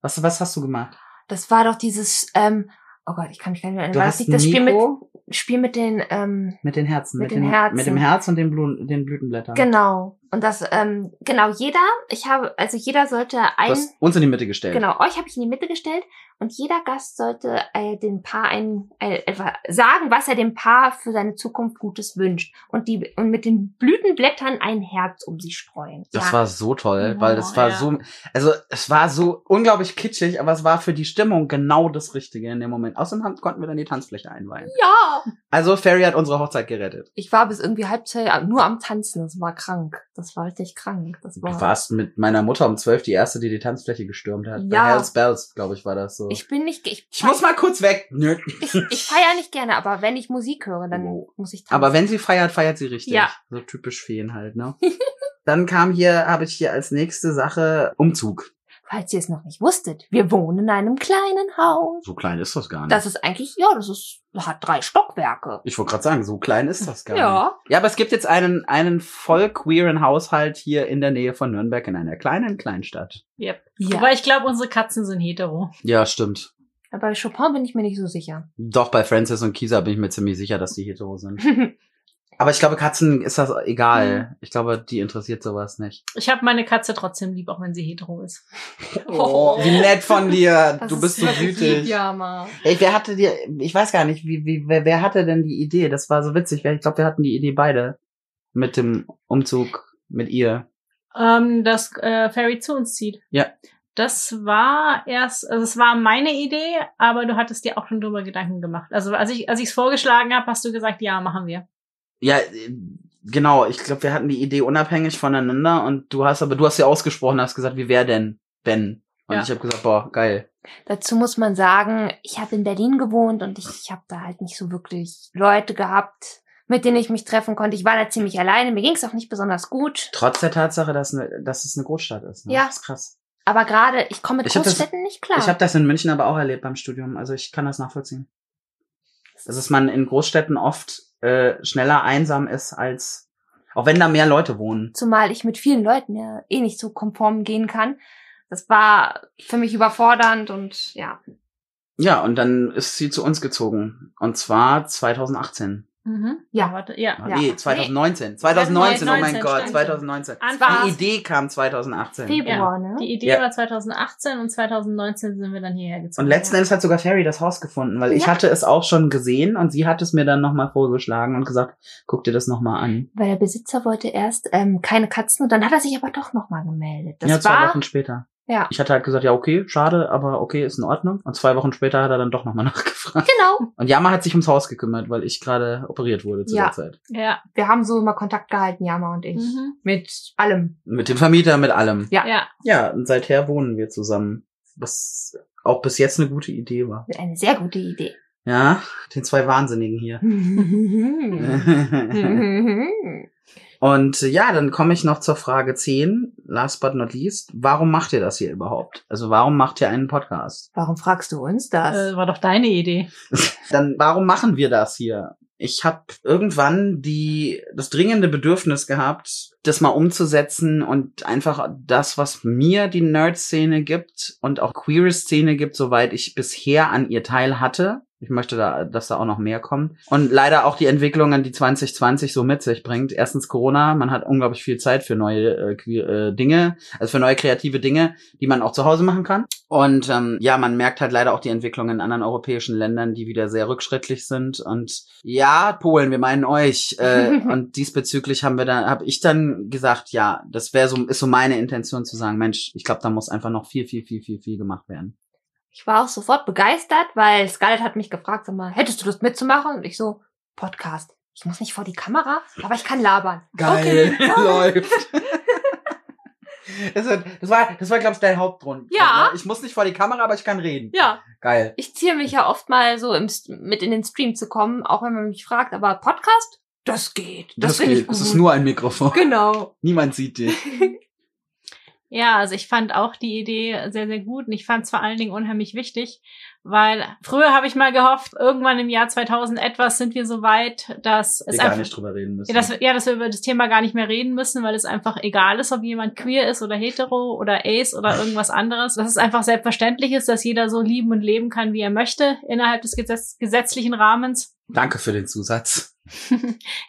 [SPEAKER 2] Was, was hast du gemacht?
[SPEAKER 1] Das war doch dieses, ähm, oh Gott, ich kann mich gar nicht mehr erinnern.
[SPEAKER 2] Du
[SPEAKER 1] War
[SPEAKER 2] hast
[SPEAKER 1] das nicht das Spiel mit,
[SPEAKER 2] Nico
[SPEAKER 1] Spiel mit den, ähm,
[SPEAKER 2] mit den Herzen,
[SPEAKER 1] mit den Herzen.
[SPEAKER 2] mit dem Herz und den, Blu den Blütenblättern.
[SPEAKER 1] genau. Und das, ähm, genau, jeder, ich habe, also jeder sollte
[SPEAKER 2] Du
[SPEAKER 1] ein,
[SPEAKER 2] hast uns in die Mitte gestellt.
[SPEAKER 1] genau, euch habe ich in die Mitte gestellt und jeder Gast sollte äh, dem Paar ein, äh, etwa sagen, was er dem Paar für seine Zukunft Gutes wünscht. Und die, und mit den Blütenblättern ein Herz um sie streuen.
[SPEAKER 2] Das
[SPEAKER 1] ja. Genau,
[SPEAKER 2] war so toll,
[SPEAKER 3] Oh,
[SPEAKER 2] weil das war
[SPEAKER 3] ja.
[SPEAKER 2] so, also es war so unglaublich kitschig, aber es war für die Stimmung genau das Richtige in dem Moment. Außerdem haben- konnten wir dann die Tanzfläche einweihen.
[SPEAKER 1] ja.
[SPEAKER 2] Also Ferry hat unsere Hochzeit gerettet.
[SPEAKER 1] Ich war bis irgendwie halb zehn äh, nur am Tanzen. Das war krank. Das war richtig krank. Das
[SPEAKER 2] Du
[SPEAKER 1] war.
[SPEAKER 2] warst mit meiner Mutter um zwölf die erste, die die Tanzfläche gestürmt hat. Bei
[SPEAKER 1] Ja.
[SPEAKER 2] Hells Bells, glaube ich, war das so.
[SPEAKER 1] ich bin nicht, ich,
[SPEAKER 2] Ich muss mal kurz weg. Nö.
[SPEAKER 1] ich, ich feiere nicht gerne, aber wenn ich Musik höre, dann
[SPEAKER 2] Oh.
[SPEAKER 1] muss ich tanzen.
[SPEAKER 2] Aber wenn sie feiert, feiert sie richtig.
[SPEAKER 3] Ja.
[SPEAKER 2] So typisch Feen halt, ne? <laughs> Dann kam hier, habe ich hier als nächste Sache Umzug.
[SPEAKER 1] Falls ihr es noch nicht wusstet, wir wohnen in einem kleinen Haus.
[SPEAKER 2] So klein ist das gar nicht.
[SPEAKER 1] Das ist eigentlich, ja, das ist, hat drei Stockwerke.
[SPEAKER 2] ich wollte gerade sagen, so klein ist das gar nicht.
[SPEAKER 1] Ja.
[SPEAKER 2] Ja, aber es gibt jetzt einen, einen voll queeren Haushalt hier in der Nähe von Nürnberg in einer kleinen Kleinstadt.
[SPEAKER 3] Aber ich glaube, unsere Katzen sind hetero.
[SPEAKER 2] Ja, stimmt.
[SPEAKER 1] Aber Bei Chopin bin ich mir nicht so sicher. <laughs>
[SPEAKER 2] Doch, bei Francis und Kisa bin ich mir ziemlich sicher, dass die hetero sind. Aber ich glaube, Katzen ist das egal.
[SPEAKER 1] Hm.
[SPEAKER 2] Ich glaube, die interessiert sowas nicht.
[SPEAKER 3] Ich habe meine Katze trotzdem lieb, auch wenn sie hetero ist.
[SPEAKER 2] Oh, wie nett von dir.
[SPEAKER 1] Das
[SPEAKER 2] du
[SPEAKER 1] ist
[SPEAKER 2] bist so
[SPEAKER 1] wirklich lieb,
[SPEAKER 2] wütig.
[SPEAKER 1] Ja, Ma.
[SPEAKER 2] Ey, wer hatte dir, ich weiß gar nicht, wie, wie, wer, wer hatte denn die Idee? Das war so witzig. weil Ich glaube, wir hatten die Idee beide. Mit dem Umzug, mit ihr.
[SPEAKER 3] Ähm, dass äh, Fairy zu uns zieht.
[SPEAKER 2] Ja.
[SPEAKER 3] Das war erst, also es war meine Idee, aber du hattest dir auch schon drüber Gedanken gemacht. Also als ich als ich es vorgeschlagen habe, hast du gesagt, ja, machen wir.
[SPEAKER 2] Ja, äh, genau. Ich glaube, wir hatten die Idee unabhängig voneinander und du hast aber, du hast ja ausgesprochen, hast gesagt, wie wäre denn, wenn? Und
[SPEAKER 3] Ja.
[SPEAKER 2] ich habe gesagt, boah, geil.
[SPEAKER 1] Dazu muss man sagen, ich habe in Berlin gewohnt und ich habe da halt nicht so wirklich Leute gehabt, mit denen ich mich treffen konnte. Ich war da ziemlich alleine, mir ging es auch nicht besonders gut.
[SPEAKER 2] Trotz der Tatsache, dass, ne, dass es eine Großstadt ist. Ne?
[SPEAKER 1] Ja.
[SPEAKER 2] Das ist krass.
[SPEAKER 1] Aber gerade, ich komme mit
[SPEAKER 2] Ich hab das-
[SPEAKER 1] Großstädten nicht klar.
[SPEAKER 2] Ich habe das in München aber auch erlebt beim Studium. Also ich kann das nachvollziehen. Das ist man in Großstädten oft äh, schneller einsam ist als, auch wenn da mehr Leute wohnen.
[SPEAKER 1] Zumal ich mit vielen Leuten ja eh nicht so konform gehen kann. Das war für mich überfordernd und ja.
[SPEAKER 2] Ja, und dann ist sie zu uns gezogen. Und zwar 2018.
[SPEAKER 3] Mhm.
[SPEAKER 1] Ja.
[SPEAKER 3] Warte, ja.
[SPEAKER 1] Ja.
[SPEAKER 2] Nee, 2019. 2019, oh mein
[SPEAKER 3] 2019,
[SPEAKER 2] Gott,
[SPEAKER 3] stimmt.
[SPEAKER 2] 2019.
[SPEAKER 1] War's.
[SPEAKER 2] Die Idee kam 2018.
[SPEAKER 1] Februar, ne?
[SPEAKER 3] Die Idee
[SPEAKER 2] Ja.
[SPEAKER 3] war 2018 und 2019 sind wir dann hierher gezogen.
[SPEAKER 2] Und letzten Endes hat sogar Terry das Haus gefunden, weil ich
[SPEAKER 1] Ja.
[SPEAKER 2] hatte es auch schon gesehen und sie hat es mir dann nochmal vorgeschlagen und gesagt, guck dir das nochmal an.
[SPEAKER 1] Weil der Besitzer wollte erst ähm, keine Katzen und dann hat er sich aber doch nochmal gemeldet. Das
[SPEAKER 2] ja, zwei
[SPEAKER 1] war
[SPEAKER 2] Wochen später.
[SPEAKER 1] Ja.
[SPEAKER 2] Ich hatte halt gesagt, ja, okay, schade, aber okay, ist in Ordnung. Und zwei Wochen später hat er dann doch nochmal <laughs> nachgefragt.
[SPEAKER 1] genau.
[SPEAKER 2] Und Yama hat sich ums Haus gekümmert, weil ich gerade operiert wurde zu
[SPEAKER 1] Ja.
[SPEAKER 2] der Zeit.
[SPEAKER 3] Ja.
[SPEAKER 1] Wir haben so immer Kontakt gehalten, Jama und ich.
[SPEAKER 3] Mhm.
[SPEAKER 1] Mit allem.
[SPEAKER 2] Mit dem Vermieter, mit allem.
[SPEAKER 1] Ja.
[SPEAKER 3] ja.
[SPEAKER 2] Ja, und seither wohnen wir zusammen. Was auch bis jetzt eine gute Idee war.
[SPEAKER 1] Eine sehr gute <laughs> Idee.
[SPEAKER 2] Ja, den zwei Wahnsinnigen hier.
[SPEAKER 1] Mhm.
[SPEAKER 2] <laughs> Und äh, ja, dann komme ich noch zur Frage 10, last but not least. Warum macht ihr das hier überhaupt? Also warum macht ihr einen Podcast?
[SPEAKER 1] Warum fragst du uns
[SPEAKER 3] Äh, war doch deine Idee.
[SPEAKER 2] Dann warum machen wir das hier? Ich habe irgendwann die, das dringende Bedürfnis gehabt, das mal umzusetzen und einfach das, was mir die Nerd-Szene gibt und auch queere Szene gibt, soweit ich bisher an ihr teil hatte, Ich möchte da, dass da auch noch mehr kommt. Und leider auch die Entwicklungen, die 2020 so mit sich bringt. Erstens Corona, man hat unglaublich viel Zeit für neue äh, que- äh, Dinge, also für neue kreative Dinge, die man auch zu Hause machen kann. Und ähm, ja, man merkt halt leider auch die Entwicklung in anderen europäischen Ländern, die wieder sehr rückschrittlich sind. Und ja, Polen, wir meinen <laughs> euch. Äh, und diesbezüglich haben wir dann, habe ich dann gesagt, ja, das wäre so, ist so meine Intention zu sagen, Mensch, ich glaube, da muss einfach noch viel, viel, viel, viel, viel gemacht werden.
[SPEAKER 1] Ich war auch sofort begeistert, weil Scarlett hat mich gefragt, sag mal, hättest du Lust mitzumachen? Und ich so, Podcast. Ich muss nicht vor die Kamera, aber ich kann labern. Okay.
[SPEAKER 2] <laughs> läuft. Das hat- das war, das war, glaube ich, dein Hauptgrund.
[SPEAKER 1] Ja.
[SPEAKER 2] Ich muss nicht vor die Kamera, aber ich kann reden.
[SPEAKER 1] Ja,
[SPEAKER 2] Geil.
[SPEAKER 1] ich ziehe mich ja oft mal so im, St- mit in den Stream zu kommen, auch wenn man mich fragt, aber Podcast? Das geht. Das, finde ich gut.
[SPEAKER 2] Es ist nur ein Mikrofon.
[SPEAKER 1] genau.
[SPEAKER 2] Niemand sieht dich.
[SPEAKER 3] Ja, also ich fand auch die Idee sehr, sehr gut und ich fand es vor allen Dingen unheimlich wichtig, weil früher habe ich mal gehofft, irgendwann im Jahr 2000 etwas sind wir so weit, dass es
[SPEAKER 2] Wir gar
[SPEAKER 3] einfach-
[SPEAKER 2] nicht drüber reden müssen.
[SPEAKER 3] Ja dass, wir- ja, dass wir über das Thema gar nicht mehr reden müssen, weil es einfach egal ist, ob jemand queer ist oder hetero oder ace oder irgendwas anderes. Dass es einfach selbstverständlich ist, dass jeder so lieben und leben kann, wie er möchte, innerhalb des gesetz gesetzlichen Rahmens.
[SPEAKER 2] Danke für den Zusatz.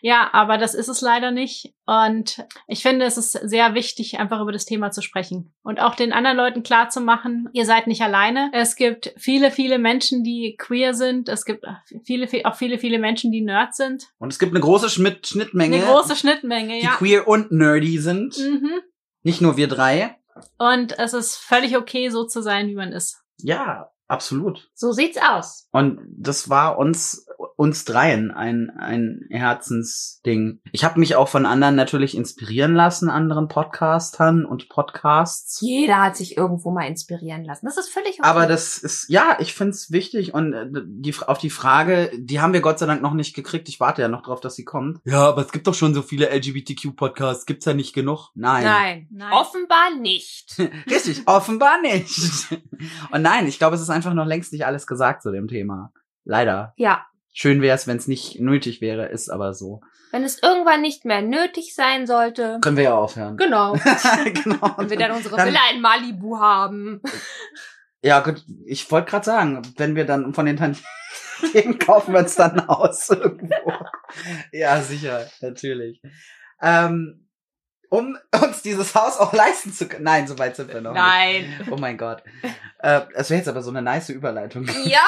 [SPEAKER 3] Ja, aber das ist es leider nicht. Und ich finde, es ist sehr wichtig, einfach über das Thema zu sprechen und auch den anderen Leuten klar zu machen, ihr seid nicht alleine. Es gibt viele, viele Menschen, die queer sind. Es gibt viele, viele auch viele, viele Menschen, die Nerds sind.
[SPEAKER 2] Und es gibt eine große Schmitt Schnittmenge,
[SPEAKER 3] Eine große Schnittmenge,
[SPEAKER 2] die
[SPEAKER 3] ja.
[SPEAKER 2] queer und nerdy sind.
[SPEAKER 3] Mhm.
[SPEAKER 2] Nicht nur wir drei.
[SPEAKER 3] Und es ist völlig okay, so zu sein, wie man ist.
[SPEAKER 2] Ja, absolut.
[SPEAKER 1] So sieht's aus.
[SPEAKER 2] Und das war uns uns dreien ein ein Herzensding. Ich habe mich auch von anderen natürlich inspirieren lassen, anderen Podcastern und Podcasts.
[SPEAKER 1] Jeder hat sich irgendwo mal inspirieren lassen. Das ist völlig okay.
[SPEAKER 2] Aber das ist, ja, ich find's wichtig und äh, die, auf die Frage, die haben wir Gott sei Dank noch nicht gekriegt. Ich warte ja noch drauf, dass sie kommt. Ja, aber es gibt doch schon so viele LGBTQ-Podcasts. Gibt's ja nicht genug? Nein.
[SPEAKER 1] Nein.
[SPEAKER 3] Nein.
[SPEAKER 1] Offenbar
[SPEAKER 2] <laughs>
[SPEAKER 1] nicht.
[SPEAKER 2] Richtig, offenbar nicht. Und nein, ich glaube, es ist einfach noch längst nicht alles gesagt zu dem Thema. Leider.
[SPEAKER 1] ja.
[SPEAKER 2] Schön wäre es, wenn es nicht nötig wäre, ist aber so.
[SPEAKER 1] Wenn es irgendwann nicht mehr nötig sein sollte.
[SPEAKER 2] Können wir ja aufhören. <laughs>
[SPEAKER 1] Genau.
[SPEAKER 2] genau.
[SPEAKER 1] Wenn wir dann
[SPEAKER 2] <laughs>
[SPEAKER 1] unsere
[SPEAKER 2] Dann-
[SPEAKER 1] Villa in Malibu haben.
[SPEAKER 2] Ja, gut, ich wollte gerade sagen, wenn wir dann von den <laughs> Tantiemen kaufen wir uns dann aus irgendwo. Ja, sicher, natürlich. Ähm, um uns dieses Haus auch leisten zu können. Nein, so weit sind wir noch.
[SPEAKER 1] Nein.
[SPEAKER 2] Nicht. Oh mein Gott. Äh, es wäre jetzt aber so eine nice Überleitung.
[SPEAKER 1] Ja,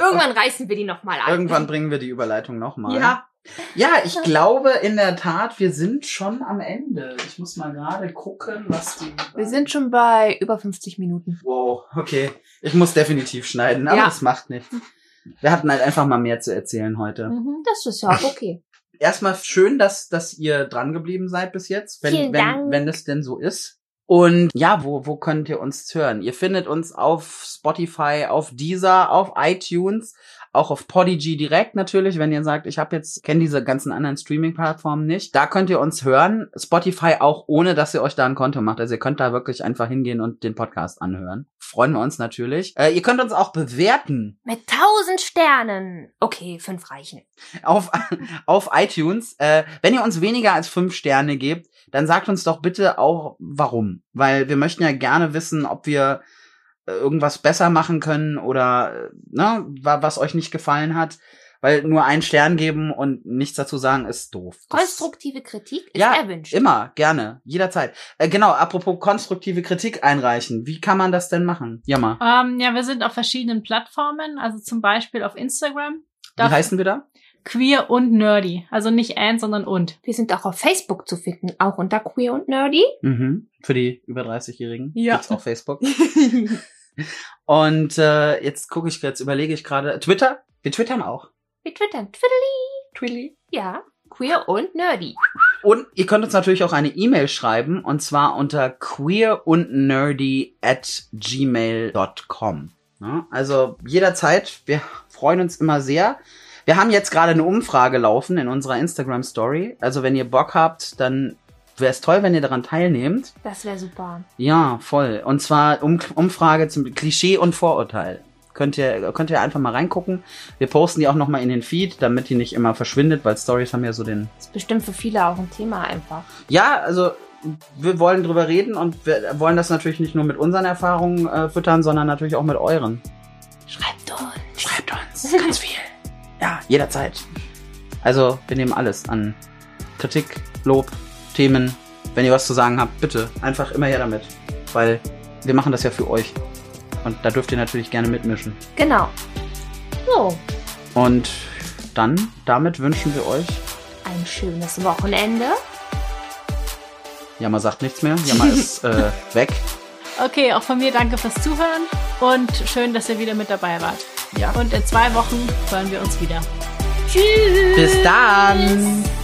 [SPEAKER 1] irgendwann reißen wir die nochmal an.
[SPEAKER 2] Irgendwann bringen wir die Überleitung nochmal.
[SPEAKER 1] Äh. Ja.
[SPEAKER 2] Ja, ich glaube in der Tat, wir sind schon am Ende. Ich muss mal gerade gucken, was die.
[SPEAKER 1] Wir sind schon bei über 50 Minuten.
[SPEAKER 2] Wow, okay. Ich muss definitiv schneiden, aber
[SPEAKER 1] Ja.
[SPEAKER 2] das macht nichts. Wir hatten halt einfach mal mehr zu erzählen heute.
[SPEAKER 3] Mhm.
[SPEAKER 1] Das ist ja auch okay.
[SPEAKER 2] Erstmal schön, dass, dass ihr dran geblieben seid bis jetzt, wenn,
[SPEAKER 1] Vielen
[SPEAKER 2] wenn,
[SPEAKER 1] Dank.
[SPEAKER 2] wenn es denn so ist. Und ja, wo, wo könnt ihr uns hören? Ihr findet uns auf Spotify, auf Deezer, auf iTunes, auch auf Podigy direkt natürlich, wenn ihr sagt, ich habe jetzt, kenne diese ganzen anderen Streaming-Plattformen nicht. Da könnt ihr uns hören. Spotify auch, ohne dass ihr euch da ein Konto macht. Also ihr könnt da wirklich einfach hingehen und den Podcast anhören. Freuen wir uns natürlich. Äh, ihr könnt uns auch bewerten.
[SPEAKER 1] Mit 1000 Sternen. Okay, fünf reichen.
[SPEAKER 2] auf, <laughs> auf iTunes. Äh, wenn ihr uns weniger als fünf Sterne gebt, dann sagt uns doch bitte auch warum. Weil wir möchten ja gerne wissen, ob wir äh, irgendwas besser machen können oder äh, ne, wa- was euch nicht gefallen hat. Weil nur einen Stern geben und nichts dazu sagen ist doof. Das-
[SPEAKER 1] Konstruktive Kritik ist
[SPEAKER 2] Ja,
[SPEAKER 1] erwünscht.
[SPEAKER 2] Immer, gerne, jederzeit. Äh, genau, apropos konstruktive Kritik einreichen. Wie kann man das denn machen? Jammer.
[SPEAKER 3] Ähm, ja, wir sind auf verschiedenen Plattformen, also zum Beispiel auf Instagram.
[SPEAKER 2] Wie
[SPEAKER 3] Darf-
[SPEAKER 2] heißen wir da?
[SPEAKER 3] Queer und nerdy. Also nicht and, sondern und.
[SPEAKER 1] Wir sind auch auf Facebook zu finden, auch unter Queer und Nerdy.
[SPEAKER 2] Mhm. Für die über 30-Jährigen.
[SPEAKER 3] Ja.
[SPEAKER 2] Gibt's auf Facebook. Und äh, jetzt gucke ich, jetzt überlege ich gerade. Twitter? Wir twittern auch.
[SPEAKER 1] Wir twittern. Twiddly.
[SPEAKER 2] Twilly.
[SPEAKER 1] Ja, Queer und Nerdy.
[SPEAKER 2] Und ihr könnt uns natürlich auch eine E-Mail schreiben und zwar unter queer und nerdy at gmail.com. Ja, also jederzeit, wir freuen uns immer sehr. Wir haben jetzt gerade eine Umfrage laufen in unserer Instagram Story. Also wenn ihr Bock habt, dann wäre es toll, wenn ihr daran teilnehmt.
[SPEAKER 1] Das wäre super.
[SPEAKER 2] Ja, voll. Und zwar um, Umfrage zum Klischee und Vorurteil. Könnt ihr, könnt ihr einfach mal reingucken. Wir posten die auch nochmal in den Feed, damit die nicht immer verschwindet, weil Stories haben ja so den.
[SPEAKER 1] Ist bestimmt für viele auch ein Thema einfach.
[SPEAKER 2] Ja, also wir wollen drüber reden und wir wollen das natürlich nicht nur mit unseren Erfahrungen äh, füttern, sondern natürlich auch mit euren.
[SPEAKER 1] Schreibt uns.
[SPEAKER 2] <laughs> Ganz, ganz viel. Ja, jederzeit. Also, wir nehmen alles an. Kritik, Lob, Themen. Wenn ihr was zu sagen habt, bitte einfach immer her damit. Weil wir machen das ja für euch. Und da dürft ihr natürlich gerne mitmischen.
[SPEAKER 1] Genau. So,
[SPEAKER 2] Und dann, damit wünschen wir euch,
[SPEAKER 1] ein schönes Wochenende.
[SPEAKER 2] Jammer sagt nichts mehr, <laughs> Jammer ist äh, weg.
[SPEAKER 3] Okay, auch von mir danke fürs Zuhören und schön, dass ihr wieder mit dabei wart.
[SPEAKER 2] Ja.
[SPEAKER 3] Und in zwei Wochen hören wir uns wieder.
[SPEAKER 1] Tschüss.
[SPEAKER 2] Bis dann!